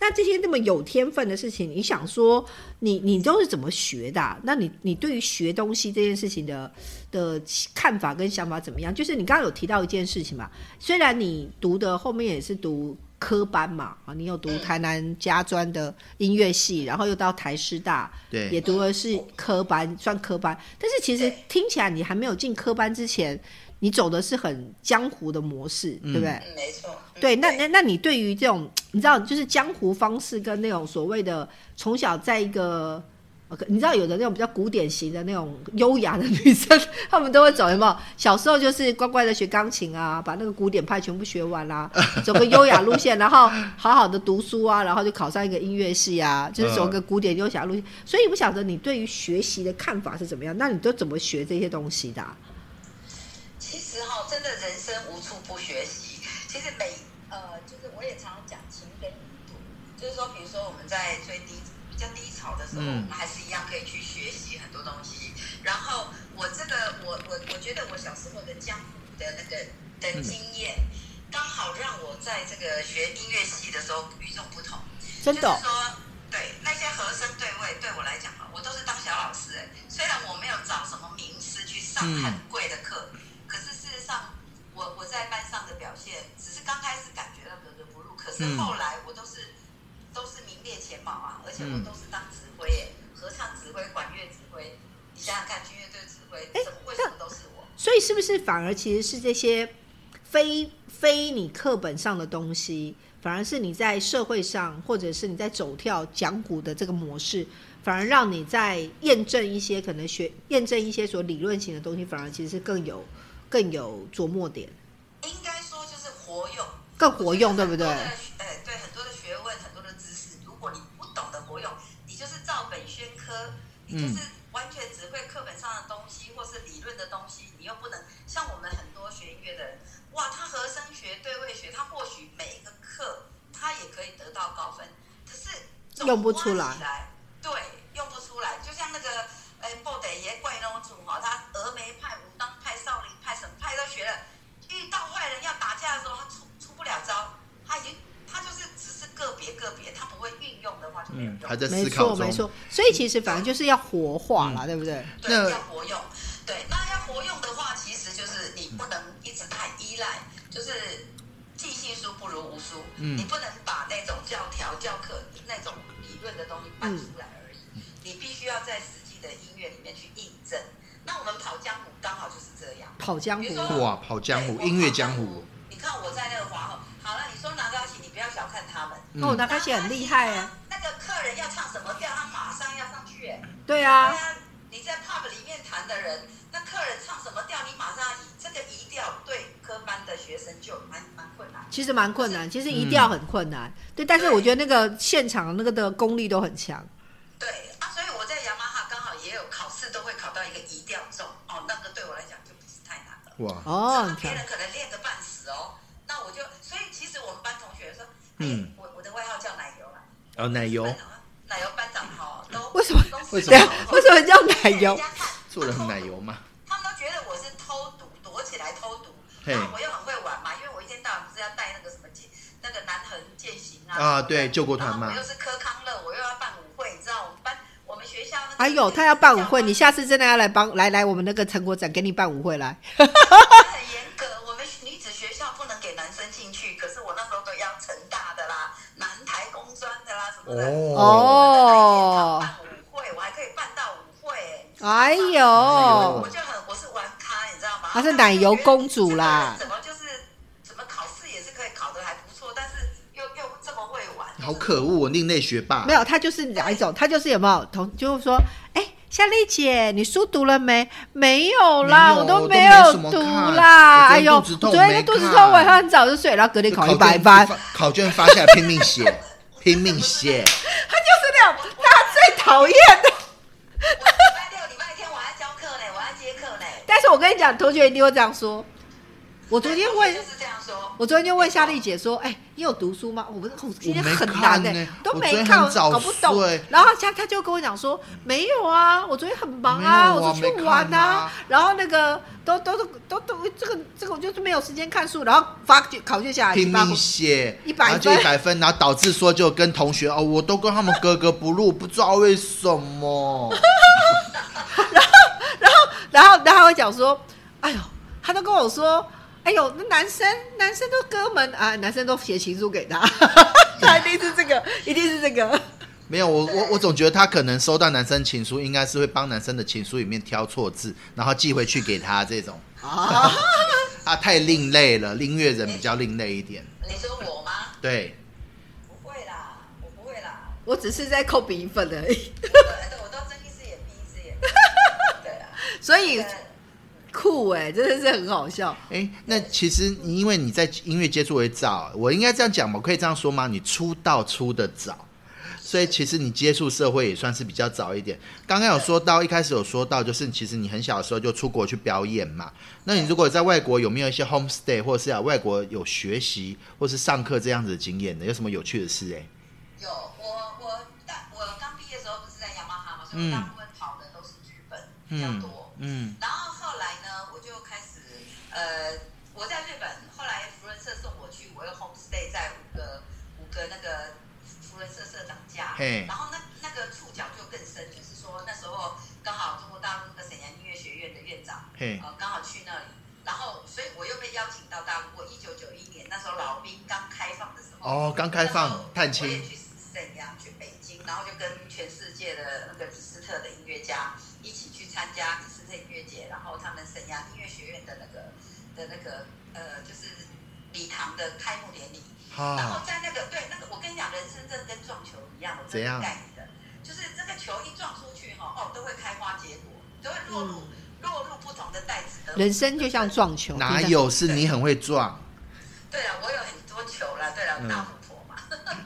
A: 那这些那么有天分的事情，你想说你你都是怎么学的啊、那你你对于学东西这件事情的的看法跟想法怎么样？就是你刚刚有提到一件事情嘛，虽然你读的后面也是读。科班嘛，啊，你有读台南家专的音乐系，然后又到台师大，
B: 对
A: 也读的是科班，算科班。但是其实听起来你还没有进科班之前，你走的是很江湖的模式，对不对？
C: 嗯，没错。嗯
A: 对，那那那你对于这种你知道，就是江湖方式跟那种所谓的从小在一个 OK，你知道有的那种比较古典型的那种优雅的女生，她们都会走，有没有？小时候就是乖乖的学钢琴啊，把那个古典派全部学完啦、走个优雅路线，然后好好的读书啊，然后就考上一个音乐系啊，就是走个古典优雅路线。所以我想着你对于学习的看法是怎么样？那你都怎么学这些东西的啊、
C: 其实哈、真的人生无处不学习。其实每呃，就是我也常常讲情跟义度，就是说，比如说我们在最低比较低潮的时候，
B: 嗯
C: 我们还是一样可以去学习很多东西。然后我这个，我我我觉得我小时候的江湖的那个的经验，刚好让我在这个学音乐系的时候与众不同。
A: 真的哦、
C: 就是说，对那些和声对位，对我来讲啊，我都是当小老师、哎，虽然我没有找什么名师去上
B: 嗯
C: 很贵的课，可是事实上，我我在班上的表现，只是刚开始感觉到格格不入，可是
B: 嗯
C: 后来我都是、都是名列前茅啊，而且我
B: 嗯
C: 都是当指挥、哎合唱指挥、管乐指挥，你想想看，军乐队指挥，怎么为什么都是我？
A: 所以是不是反而其实是这些非非你课本上的东西，反而是你在社会上或者是你在走跳讲古的这个模式，反而让你在验证一些可能学验证一些所理论型的东西，反而其实是更有更有琢磨点，
C: 应该说就是活用。
A: 更活用，对不对？
C: 呃，对，很多的学问，很多的知识，如果你不懂得活用，你就是照本宣科，
A: 嗯
C: 你就是完全只会课本上的东西或是理论的东西，你又不能像我们很多学音乐的人，哇，他和声学、对位学，他或许每一个课他也可以得到高分，可是总
A: 用不出
C: 刮
A: 来
C: 起来，对，用不出来，就像那个。哎，布袋爷怪弄主哈，他峨眉派、武当派、少林派什么派都学了，遇到坏人要打架的时候，他出出不了招，他已经他就是只是个别个别，他不会运用的话就没有
B: 嗯
C: 用，，
B: 还在
A: 没
B: 思考
A: 错，
B: 中。
A: 没错。所以其实反正就是要活化啦，对不对？
C: 对
B: 那，
C: 要活用。对，那要活用的话，其实就是你不能一直太依赖，就是尽信书不如无书，
B: 嗯
C: 你不能把那种教条、教课那种理论的东西搬出来而已，
B: 嗯
C: 你必须要在实际的音乐里面去印证。那我们跑江湖刚好就是这样。
A: 跑江湖
C: 比如说
B: 哇，跑江湖，
C: 对
B: 音乐江湖，。
C: 你看我在那个皇后，好了，你说拿高琴，你不要小看他们。
A: 那我拿开始很厉害啊，
C: 那个客人要唱什么调，他马上要上去、哎
A: 对
C: 对
A: 啊，
C: 啊，你在 pub 里面弹的人，那客人唱什么调，你马上以这个移调对科班的学生就蛮蛮困难。
A: 其实蛮困难，其实一定要很困难，对。但是我觉得那个现场那个的功力都很强。
C: 对啊，所以我在雅马哈刚好也有考试，都会考到一个移调中哦，那个对我来讲就不是太难了。
B: 哇，
A: 哦，
C: 那
A: 你
C: 别
A: 看，
C: 人可能练个半死哦，那我就所以其实我们班同学说，
B: 嗯
C: 哎，我我的外号叫奶油啦，
B: 哦，奶油
C: 班，长啊奶油班长好，都
A: 为什么
C: 都是
B: 为什
A: 对
B: 么
A: 啊，为什么叫奶油
C: 人？家看
B: 做的很奶油 嘛，
C: 他们都觉得我是偷渡，躲起来偷渡。
B: 嘿
C: 然后我又很会玩嘛，因为我一天到晚不是要带那个什么健那个南横践行啊。
B: 啊对救国团嘛
C: 然后我又是科康乐，我又要办舞会，你知道我们班我们学校那个。
A: 哎呦，他要办舞会，你下次真的要来帮来来我们那个成果展给你办舞会来。
C: 很严格，我们女子学校不能给男生进去，可是我那时候都要成大的啦，南台工专的啦什么的。
B: 哦，
A: 哦，
C: 办舞会，我还可以办到舞会、哎
A: 哎
C: 我
A: 呦，
C: 就很我是玩咖，你知道吗？
A: 她是奶油公主啦
C: 怎么就是怎么考试也是可以考得还不错，但是又又这么会玩，
B: 好可恶，我另类学霸，
A: 没有，他就是哪一种？他就是有没有同就是说，哎，夏丽姐，你书读了没？没有啦，
B: 没有
A: 我都
B: 我都
A: 没
B: 没
A: 有
B: 什么
A: 读
B: 看
A: 啦。
B: 我昨
A: 哎
B: 天
A: 呦，我
B: 肚子痛
A: 昨天
B: 没
A: 就肚子
B: 看
A: 痛，我还很早就睡，然后隔天考一百
B: 卷
A: 分。
B: 发考卷发下来拼命写，拼命写，
A: 他就是 那种他最讨厌的。
C: 我礼拜六、礼拜天我还要教课呢，我还要接课呢。
A: 但是我跟你讲，同学一定会这样说。我昨天问
C: 就，是这样说，
A: 我昨天就问夏丽姐说：“哎、你有读书吗？”我不是，我今天很难
B: 我没看
A: 的、
B: 呢
A: 都
B: 我昨
A: 没
B: 天
A: 看，
B: 很早
A: 搞不懂
B: 睡。
A: 然后她她就跟我讲说：“没有啊，我昨天很忙
B: 没
A: 啊，
B: 有啊
A: 我出去
B: 没
A: 玩
B: 看啊
A: 然后那个都都都都都这个这个我就是没有时间看书，然后发卷考卷下来
B: 拼
A: 八
B: 命写，
A: 100
B: 然后就一
A: 分
B: 百分，然后导致说就跟同学哦，我都跟他们格格不入，不知道为什 么，
A: 然后，然后，然后他会讲说：“哎呦，他都跟我说，哎呦，那男生男生都哥们啊，男生都写情 书给他，他一定是这个，一定是这个。
B: 没有，我我我总觉得他可能收到男生情书，应该是会帮男生的情书里面挑错字，然后寄回去给他这种。
A: 啊，
B: 啊，太另类了，音乐人比较另类一点。
C: 你说我吗？
B: 对，
C: 不会啦，我不会啦，
A: 我只是在抠鼻粉而已。
C: 我我都真
A: 所以
C: 啊对啊
A: 酷哎、真的是很好笑。
B: 哎，那其实你因为你在音乐接触也早，我应该这样讲吗？我可以这样说吗？你出道出的早，所以其实你接触社会也算是比较早一点。刚刚有说到，一开始有说到，就是其实你很小的时候就出国去表演嘛。那你如果在外国有没有一些 homestay，或者是啊外国有学习或是上课这样子的经验呢？有什么有趣的事？哎，
C: 有我我大我刚毕业的时候不是在雅马哈嘛，所以我大部分跑的都是剧本比较
B: 嗯
C: 多。
B: 嗯
C: 然后后来呢，我就开始呃，我在日本，后来福伦社送我去，我又 homestay 在五个五个那个福伦社社长家
B: 嘿，
C: 然后那那个触角就更深，就是说那时候刚好中国大陆那个沈阳音乐学院的院长，
B: 嘿
C: 呃，刚好去那里，然后所以我又被邀请到大陆。我一九九一年那时候老兵刚开放的时候，
B: 哦，刚开
C: 然后
B: 放探
C: 我也
B: 亲，
C: 去沈阳，去北京，然后就跟全世界的那个李斯特的音乐家一起去参加李斯特音乐节，然后他们沈阳音乐学院的那个的那个呃，就是礼堂的开幕典礼。
B: 哈、
C: 然后在那个对那个，我跟你讲，人生真的跟撞球一样，我
B: 怎
C: 真
B: 样
C: 的盖你的，就是这个球一撞出去哈，哦，都会开花结果，都会落入、
B: 嗯
C: 落入不同的袋子的。
A: 人生就像撞球，
B: 哪
A: 你知道
B: 有是你很会撞？
C: 对啊，我有很多球啦，对了、
B: 嗯
C: 大富婆嘛，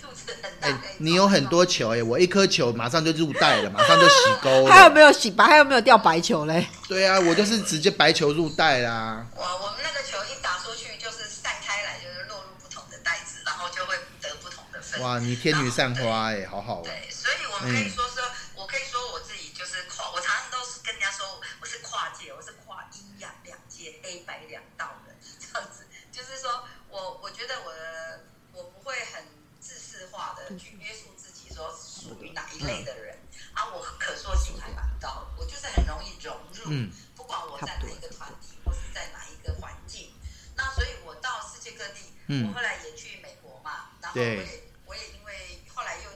C: 肚子很大
B: 哎、。
C: 可以
B: 你有
C: 撞
B: 很多球哎、我一颗球马上就入袋了，马上就 洗钩了。
A: 还有没有洗白，还有没有掉白球嘞？
B: 对啊，我就是直接白球入袋啦。
C: 哇，我们那个球一打出去，就是散开来，就是落入不同的袋子，然后就会得不同的分。
B: 哇，你天女散花哎、好好玩。
C: 对，所以我们可以说说，我可以说我自己就是跨，我常常都是跟人家说我是跨界，我是跨阴阳两界、黑白两道人，这样子，就是说我我觉得我的我不会很自私化的去约束自己，说属于哪一类的
B: 嗯
C: 人，啊，我可塑性还蛮高，我就是很容易融入，
B: 嗯
C: 不管我在哪一个团体或是在哪一个环境，那所以我到世界各地，
B: 嗯
C: 我后来也去美国嘛，然后我
B: 对
C: 也我也因为后来又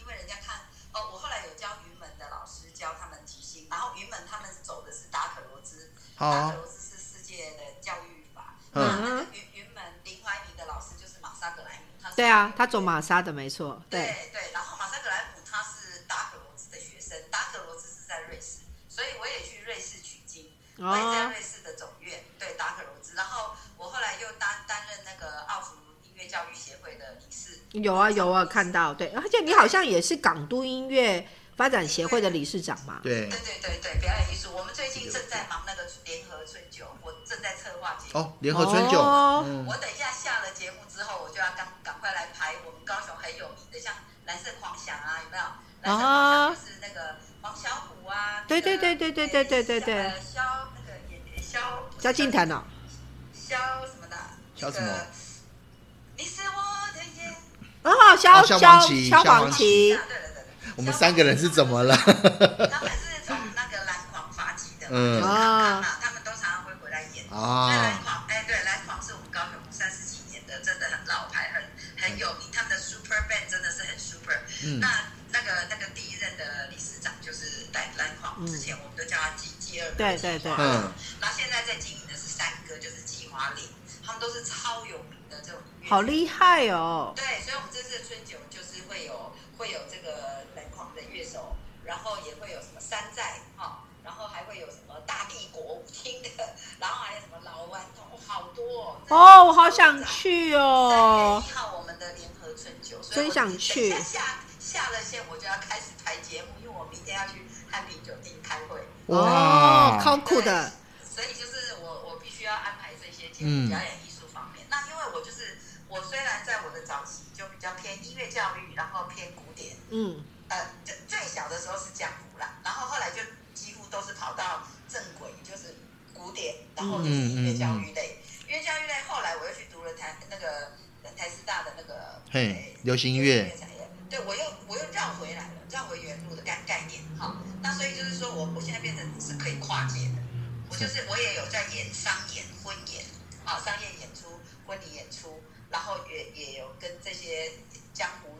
C: 因为人家看哦，我后来有教云门的老师教他们即兴，然后云门他们走的是达可罗兹，
A: 哦
B: 好
C: 达
B: 啊
C: 可罗兹是世界的教育法，
B: 嗯
C: 那那个云云门林怀民的老师就是马萨格莱姆，他是
A: 对啊，他走玛莎的没错，对
C: 对，对，然后马萨格莱姆他是达可罗兹的学生，达可罗兹是在瑞士，所以我也去瑞士取经。我也在
A: 哦，
C: 瑞士的总院，对达可罗兹。然后我后来又担担任那个奥弗音乐教育协会的理事。
A: 有啊有啊，看到对，而且你好像也是港都音乐发展协会的理事长嘛，
B: 对
C: 对对对对，表演艺术。我们最近正在忙那个联合春酒，我正在策划节目。
B: 哦，联合春酒，
A: 哦
B: 嗯，
C: 我等一下下了节目之后，我就要赶赶快来排我们高雄很有名的，像蓝色狂想啊，有没
A: 哦
C: 有？蓝色狂想就是那个黄小琥啊，
A: 对对对
C: 那个
A: 对对对对对对
C: 呃萧那个也萧
A: 萧敬腾哦，
C: 萧什么的，
B: 萧什
C: 那个
B: 么
C: 你是我的眼。
A: 哦，萧
B: 哦萧
A: 萧
B: 煌奇
A: 萧
B: 萧
A: 煌
B: 煌
A: 奇
C: 对，对对对，
B: 我们三个人是怎么了？
C: 他们是从那个蓝狂发起的，
B: 嗯
C: 嗯，就是他
A: 啊
C: 们他们都常常会回来演。
B: 啊
C: 所以蓝狂，哎，对，蓝狂是我们高雄三十几年的，真的很老牌，很很有名。他们的 Super Band 真的是很 Super。
B: 嗯
C: 那那个那个第一任的理事长就是蓝蓝狂，之前我们都叫他季季二哥。
A: 对对对
B: 嗯，
C: 然后现在在经营的是三哥，就是季华林，他们都是超有名的这种音乐
A: 好厉害哦，
C: 对，所以我们这次的春酒就是会有会有这个冷狂的乐手，然后也会有什么山寨哈、然后还会有什么大帝国舞厅的，然后还有什么老顽童，哦好多哦。真的
A: 哦，我好想
C: 三
A: 去
C: 月
A: 哦
C: 一，号我们的联合春酒，所以
A: 真
C: 我
A: 想
C: 等一
A: 去
C: 下下下了线我就要开始排节目，因为我明天要去汉品酒店开会。
A: 哦
B: 哇，
A: 超酷的，
C: 所以就是我我必须要安排这些节目
B: 嗯
C: 表演艺术方面。那因为我就是我虽然在我的早期就比较偏音乐教育，然后偏古典，
A: 嗯，
C: 呃，最最小的时候是江湖啦，然后后来就几乎都是跑到正轨，就是古典，然后就是音乐教育
B: 嗯
C: 类。音乐教育类后来我又去读了台那个台师大的那个
B: 嘿流行音乐
C: 产业，对我又我又绕回来了，绕回原路的概概念哈。那所以就是说我我现在变成是可以跨界的，我就是我也有在演商演、婚演啊，商业演出、婚礼演出，然后也也有跟这些江湖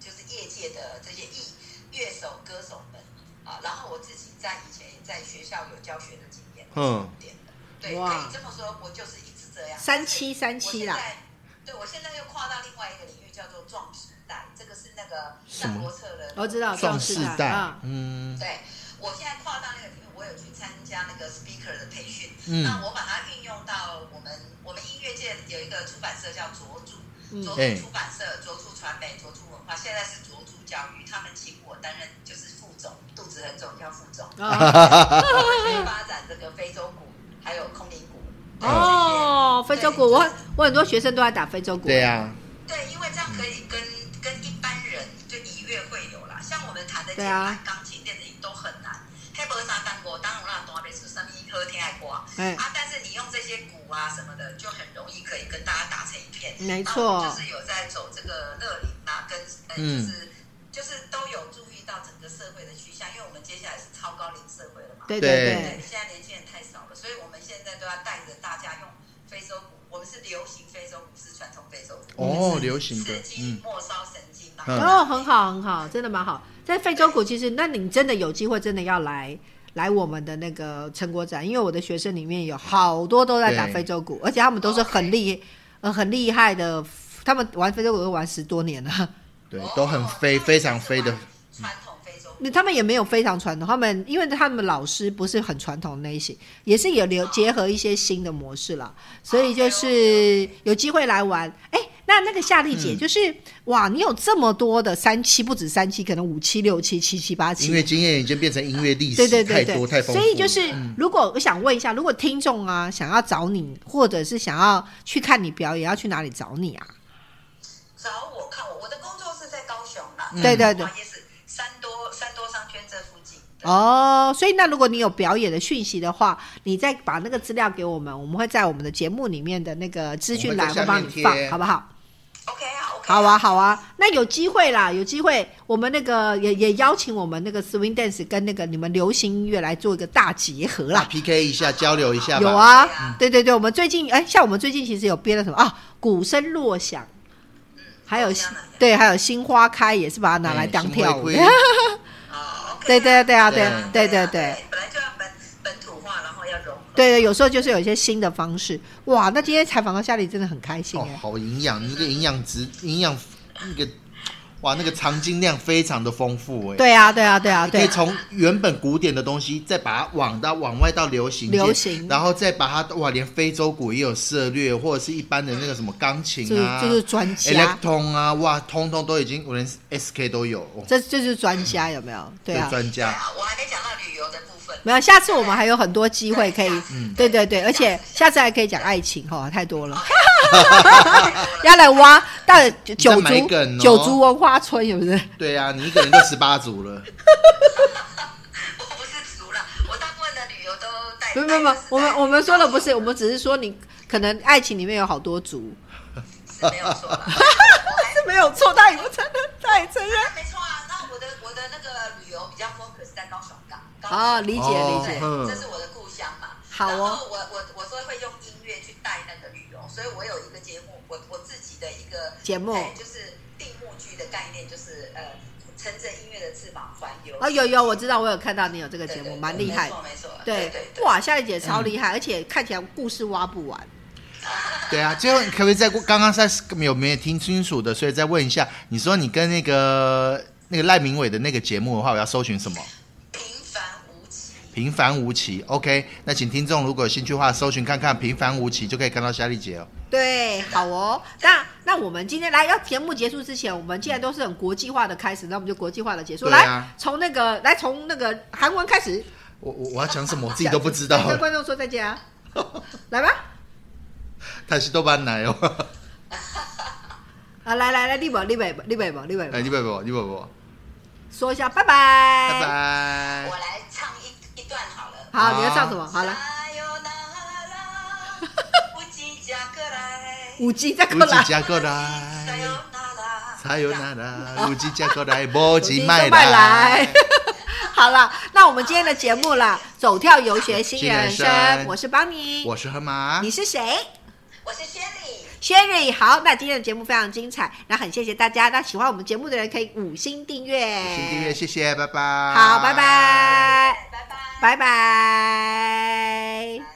C: 就是业界的这些艺乐手、歌手们啊，然后我自己在以前也在学校有教学的经验，
B: 嗯
C: 点的，对，
A: 哇
C: 可以这么说，我就是一直这样。
A: 三七三
C: 我
A: 七
C: 现
A: 啦，
C: 在，对我现在又跨到另外一个领域，叫做壮时代，这个是那个
B: 什么
C: 战国策的，
A: 我知道
B: 壮士
A: 壮士代
B: 代
A: 啊，
B: 嗯，
C: 对，我现在跨到那个领域，我我有去参加那个 speaker 的培训，
B: 嗯
C: 那我把它运用到我们我们音乐界有一个出版社叫卓著，
A: 嗯
C: 卓
B: 哎
C: 著出版社、卓著传媒、卓著文化，现在是卓著教育，他们请我担任就是副总，肚子很肿叫副 总，
A: 啊
C: 我们去发展这个非洲鼓，还有空灵鼓。对
A: 哦，非洲鼓，我我很多学生都在打非洲鼓。
B: 对啊呀、
C: 这些对，因为这样可以跟
A: 嗯
C: 跟一般人就以乐会友啦，像我们弹的
A: 对
C: 键
A: 啊
C: 盘、钢琴、电子音都很难。黑白三单国，当然啦，多贝是上面一颗天爱瓜
A: 哎，
C: 啊，但是你用这些鼓啊什么的，就很容易可以跟大家打成一片。
A: 没
C: 那
A: 错
C: 我就是有在走这个乐龄啊，跟呃，
B: 嗯
C: 就是就是都有注意到整个社会的趋向，因为我们接下来是超高龄社会了嘛。
A: 对
B: 对
A: 对，
C: 现在年轻人太少了，所以我们现在都要带着大家用非洲鼓，我们是流行非洲鼓，是传统非洲
A: 嗯
B: 哦
C: 鼓。是
B: 流行的
C: 刺激
B: 嗯
C: 末梢神经嘛。
B: 嗯
A: 然后哦很好很好，真的蛮好。在非洲鼓，其实那你真的有机会，真的要来来我们的那个成果展，因为我的学生里面有好多都在打
B: 对
A: 非洲鼓，而且他们都是很厉呃很厉害的，他们玩非洲鼓都玩十多年了。
B: 对
C: 哦，
B: 都很飞，非常飞的。。
C: 传统非洲鼓，
A: 那他们也没有非常传统，他们因为他们老师不是很传统类型，也是有留结合一些新的模式啦，所以就是有机会来玩。哎、那那个夏丽
B: 嗯
A: 姐就是、哇，你有这么多的三期，不止三期，可能五期、六期、七期、八期，
B: 音乐经验已经变成音乐历史，
A: 对对对
B: 太
A: 对，
B: 多太丰富
A: 所
B: 了。嗯
A: 以就是，如果我想问一下，如果听众啊想要找你，或者是想要去看你表演，要去哪里找你啊？
C: 找我看我，我的工作室在高雄啦。
A: 嗯对对对
C: 华也是三多三多商圈这附近。对
A: 哦，所以那如果你有表演的讯息的话，你再把那个资料给我们，我们会在我们的节目里面的那个资讯栏
B: 我们在下
A: 会帮
B: 面
A: 你放
B: 贴，
A: 好不好？
C: OK 好 OK
A: 好啊，好啊，那有机会啦，有机会，我们那个也也邀请我们那个 swing dance 跟那个你们流行音乐来做一个大结合啦。
B: PK 一下，交流一下吧。
A: 有啊
C: 对啊，
A: 对对对，我们最近哎，像我们最近其实有编了什么啊，鼓声落响，还有
C: 这样啊
A: 对，还有新花开也是把它拿来当跳舞
B: 嗯
A: 的
B: 新花。
C: 哦，OK
A: 对对对啊，对
B: 对
A: 对对
C: 对
A: 对。
C: 本来就要本本土化，然后要融合。
A: 对对，有时候就是有一些新的方式。哇，那今天采访到夏丽真的很开心
B: 哦
A: 哎，、
B: 好营养，那个营养值，营养那个，哇，那个藏金量非常的丰富哎、
A: 对啊，对啊，对啊，
B: 你可以
A: 对，
B: 从原本古典的东西，再把它往到往外到流行界，
A: 流行
B: 然后再把它哇，连非洲鼓也有涉略，或者是一般的那个什么钢琴
A: 就是
B: 啊，
A: 就是专家，
B: electron 啊，哇，通通都已经，我连 SK 都有，哦、
A: 这这就是专家有没有？对啊，
B: 专
C: 对
B: 家，
C: 啊，我还没讲到旅游的部分。
A: 没有，下次我们还有很多机会可以
C: 嗯，
A: 对对对，而且下次还可以讲爱情哈，太多了，
C: 要
A: 要来挖到
B: 你
A: 九
B: 在埋
A: 族
B: 梗哦
A: 九族文化村是不是？
B: 对啊，你一个人都十八组了，
C: 我不是族了，我大部分的旅游都带。
A: 没有没有没有
C: 带的是，
A: 我们
C: 带
A: 我们说的不是，我们只是说你可能爱情里面有好多族，
C: 是没有错啦。
A: 这没有错，他也不承认，他也承认。
C: 那没错啊，那我的我的那个旅游比较 focus 在高雄港。高雄
A: 啊，理解理
B: 哦
A: 解。
B: 嗯
C: 对，这是我的故乡嘛。
A: 好哦
C: 然后我我我说会用音乐去带那个旅游，所以我有一个节目，我我自己的一个
A: 节目
C: 哎就是定目剧的概念，就是呃，乘着音乐的翅膀环游。
A: 啊，有有，我知道，我有看到你有这个
C: 对
A: 节
C: 对
A: 目，
C: 对
A: 蛮厉害的。
C: 没错没错，啊对
A: 对
C: 对，对。
A: 哇，夏丽姐超厉害，而且看起来故事挖不完。
B: 对啊，最后你可不可以再刚刚在有没有听清楚的？所以再问一下，你说你跟那个那个赖明伟的那个节目的话，我要搜寻什么？
C: 平凡无奇。
B: 平凡无奇，OK。那请听众如果有兴趣的话，搜寻看看“平凡无奇”，就可以看到夏丽姐哦。
A: 对，好哦。那那我们今天来要节目结束之前，我们既然都是很国际化的开始，那我们就国际化的结束。
B: 对啊
A: 来，从那个来从那个韩文开始，
B: 我我我要讲什么，我自己都不知 道
A: 跟。观众说再见啊，来吧。
B: 他是豆瓣奶哦，
A: 啊，来来来，立伟立伟立伟立
B: 哎，
A: 伟，
B: 你不不，你不不，
A: 说一下拜拜
B: 拜。拜
C: 我。来唱一一段好了。
A: 好，你要唱什么？好了，
C: さよなら。无尽加克 来。
A: 五 G 再
B: 无
A: 过
B: 极
A: 来，
B: 加过
C: さよ
B: 来，
C: なら。
B: 才有那啦，无极加过来，无极卖
A: 麦
B: 来。。
A: 好了，那我们今天的节目啦，走跳游学新人
B: 新
A: 生
B: 人，生
A: 我是邦尼，
B: 我是河马，
A: 你是谁
C: 我是 Sherry。
A: ？Sherry，好，那今天的节目非常精彩，那很谢谢大家。那喜欢我们节目的人可以五星订阅，
B: 请订阅，谢谢，拜拜。
A: 好，拜拜，
C: 拜拜。
A: 拜拜。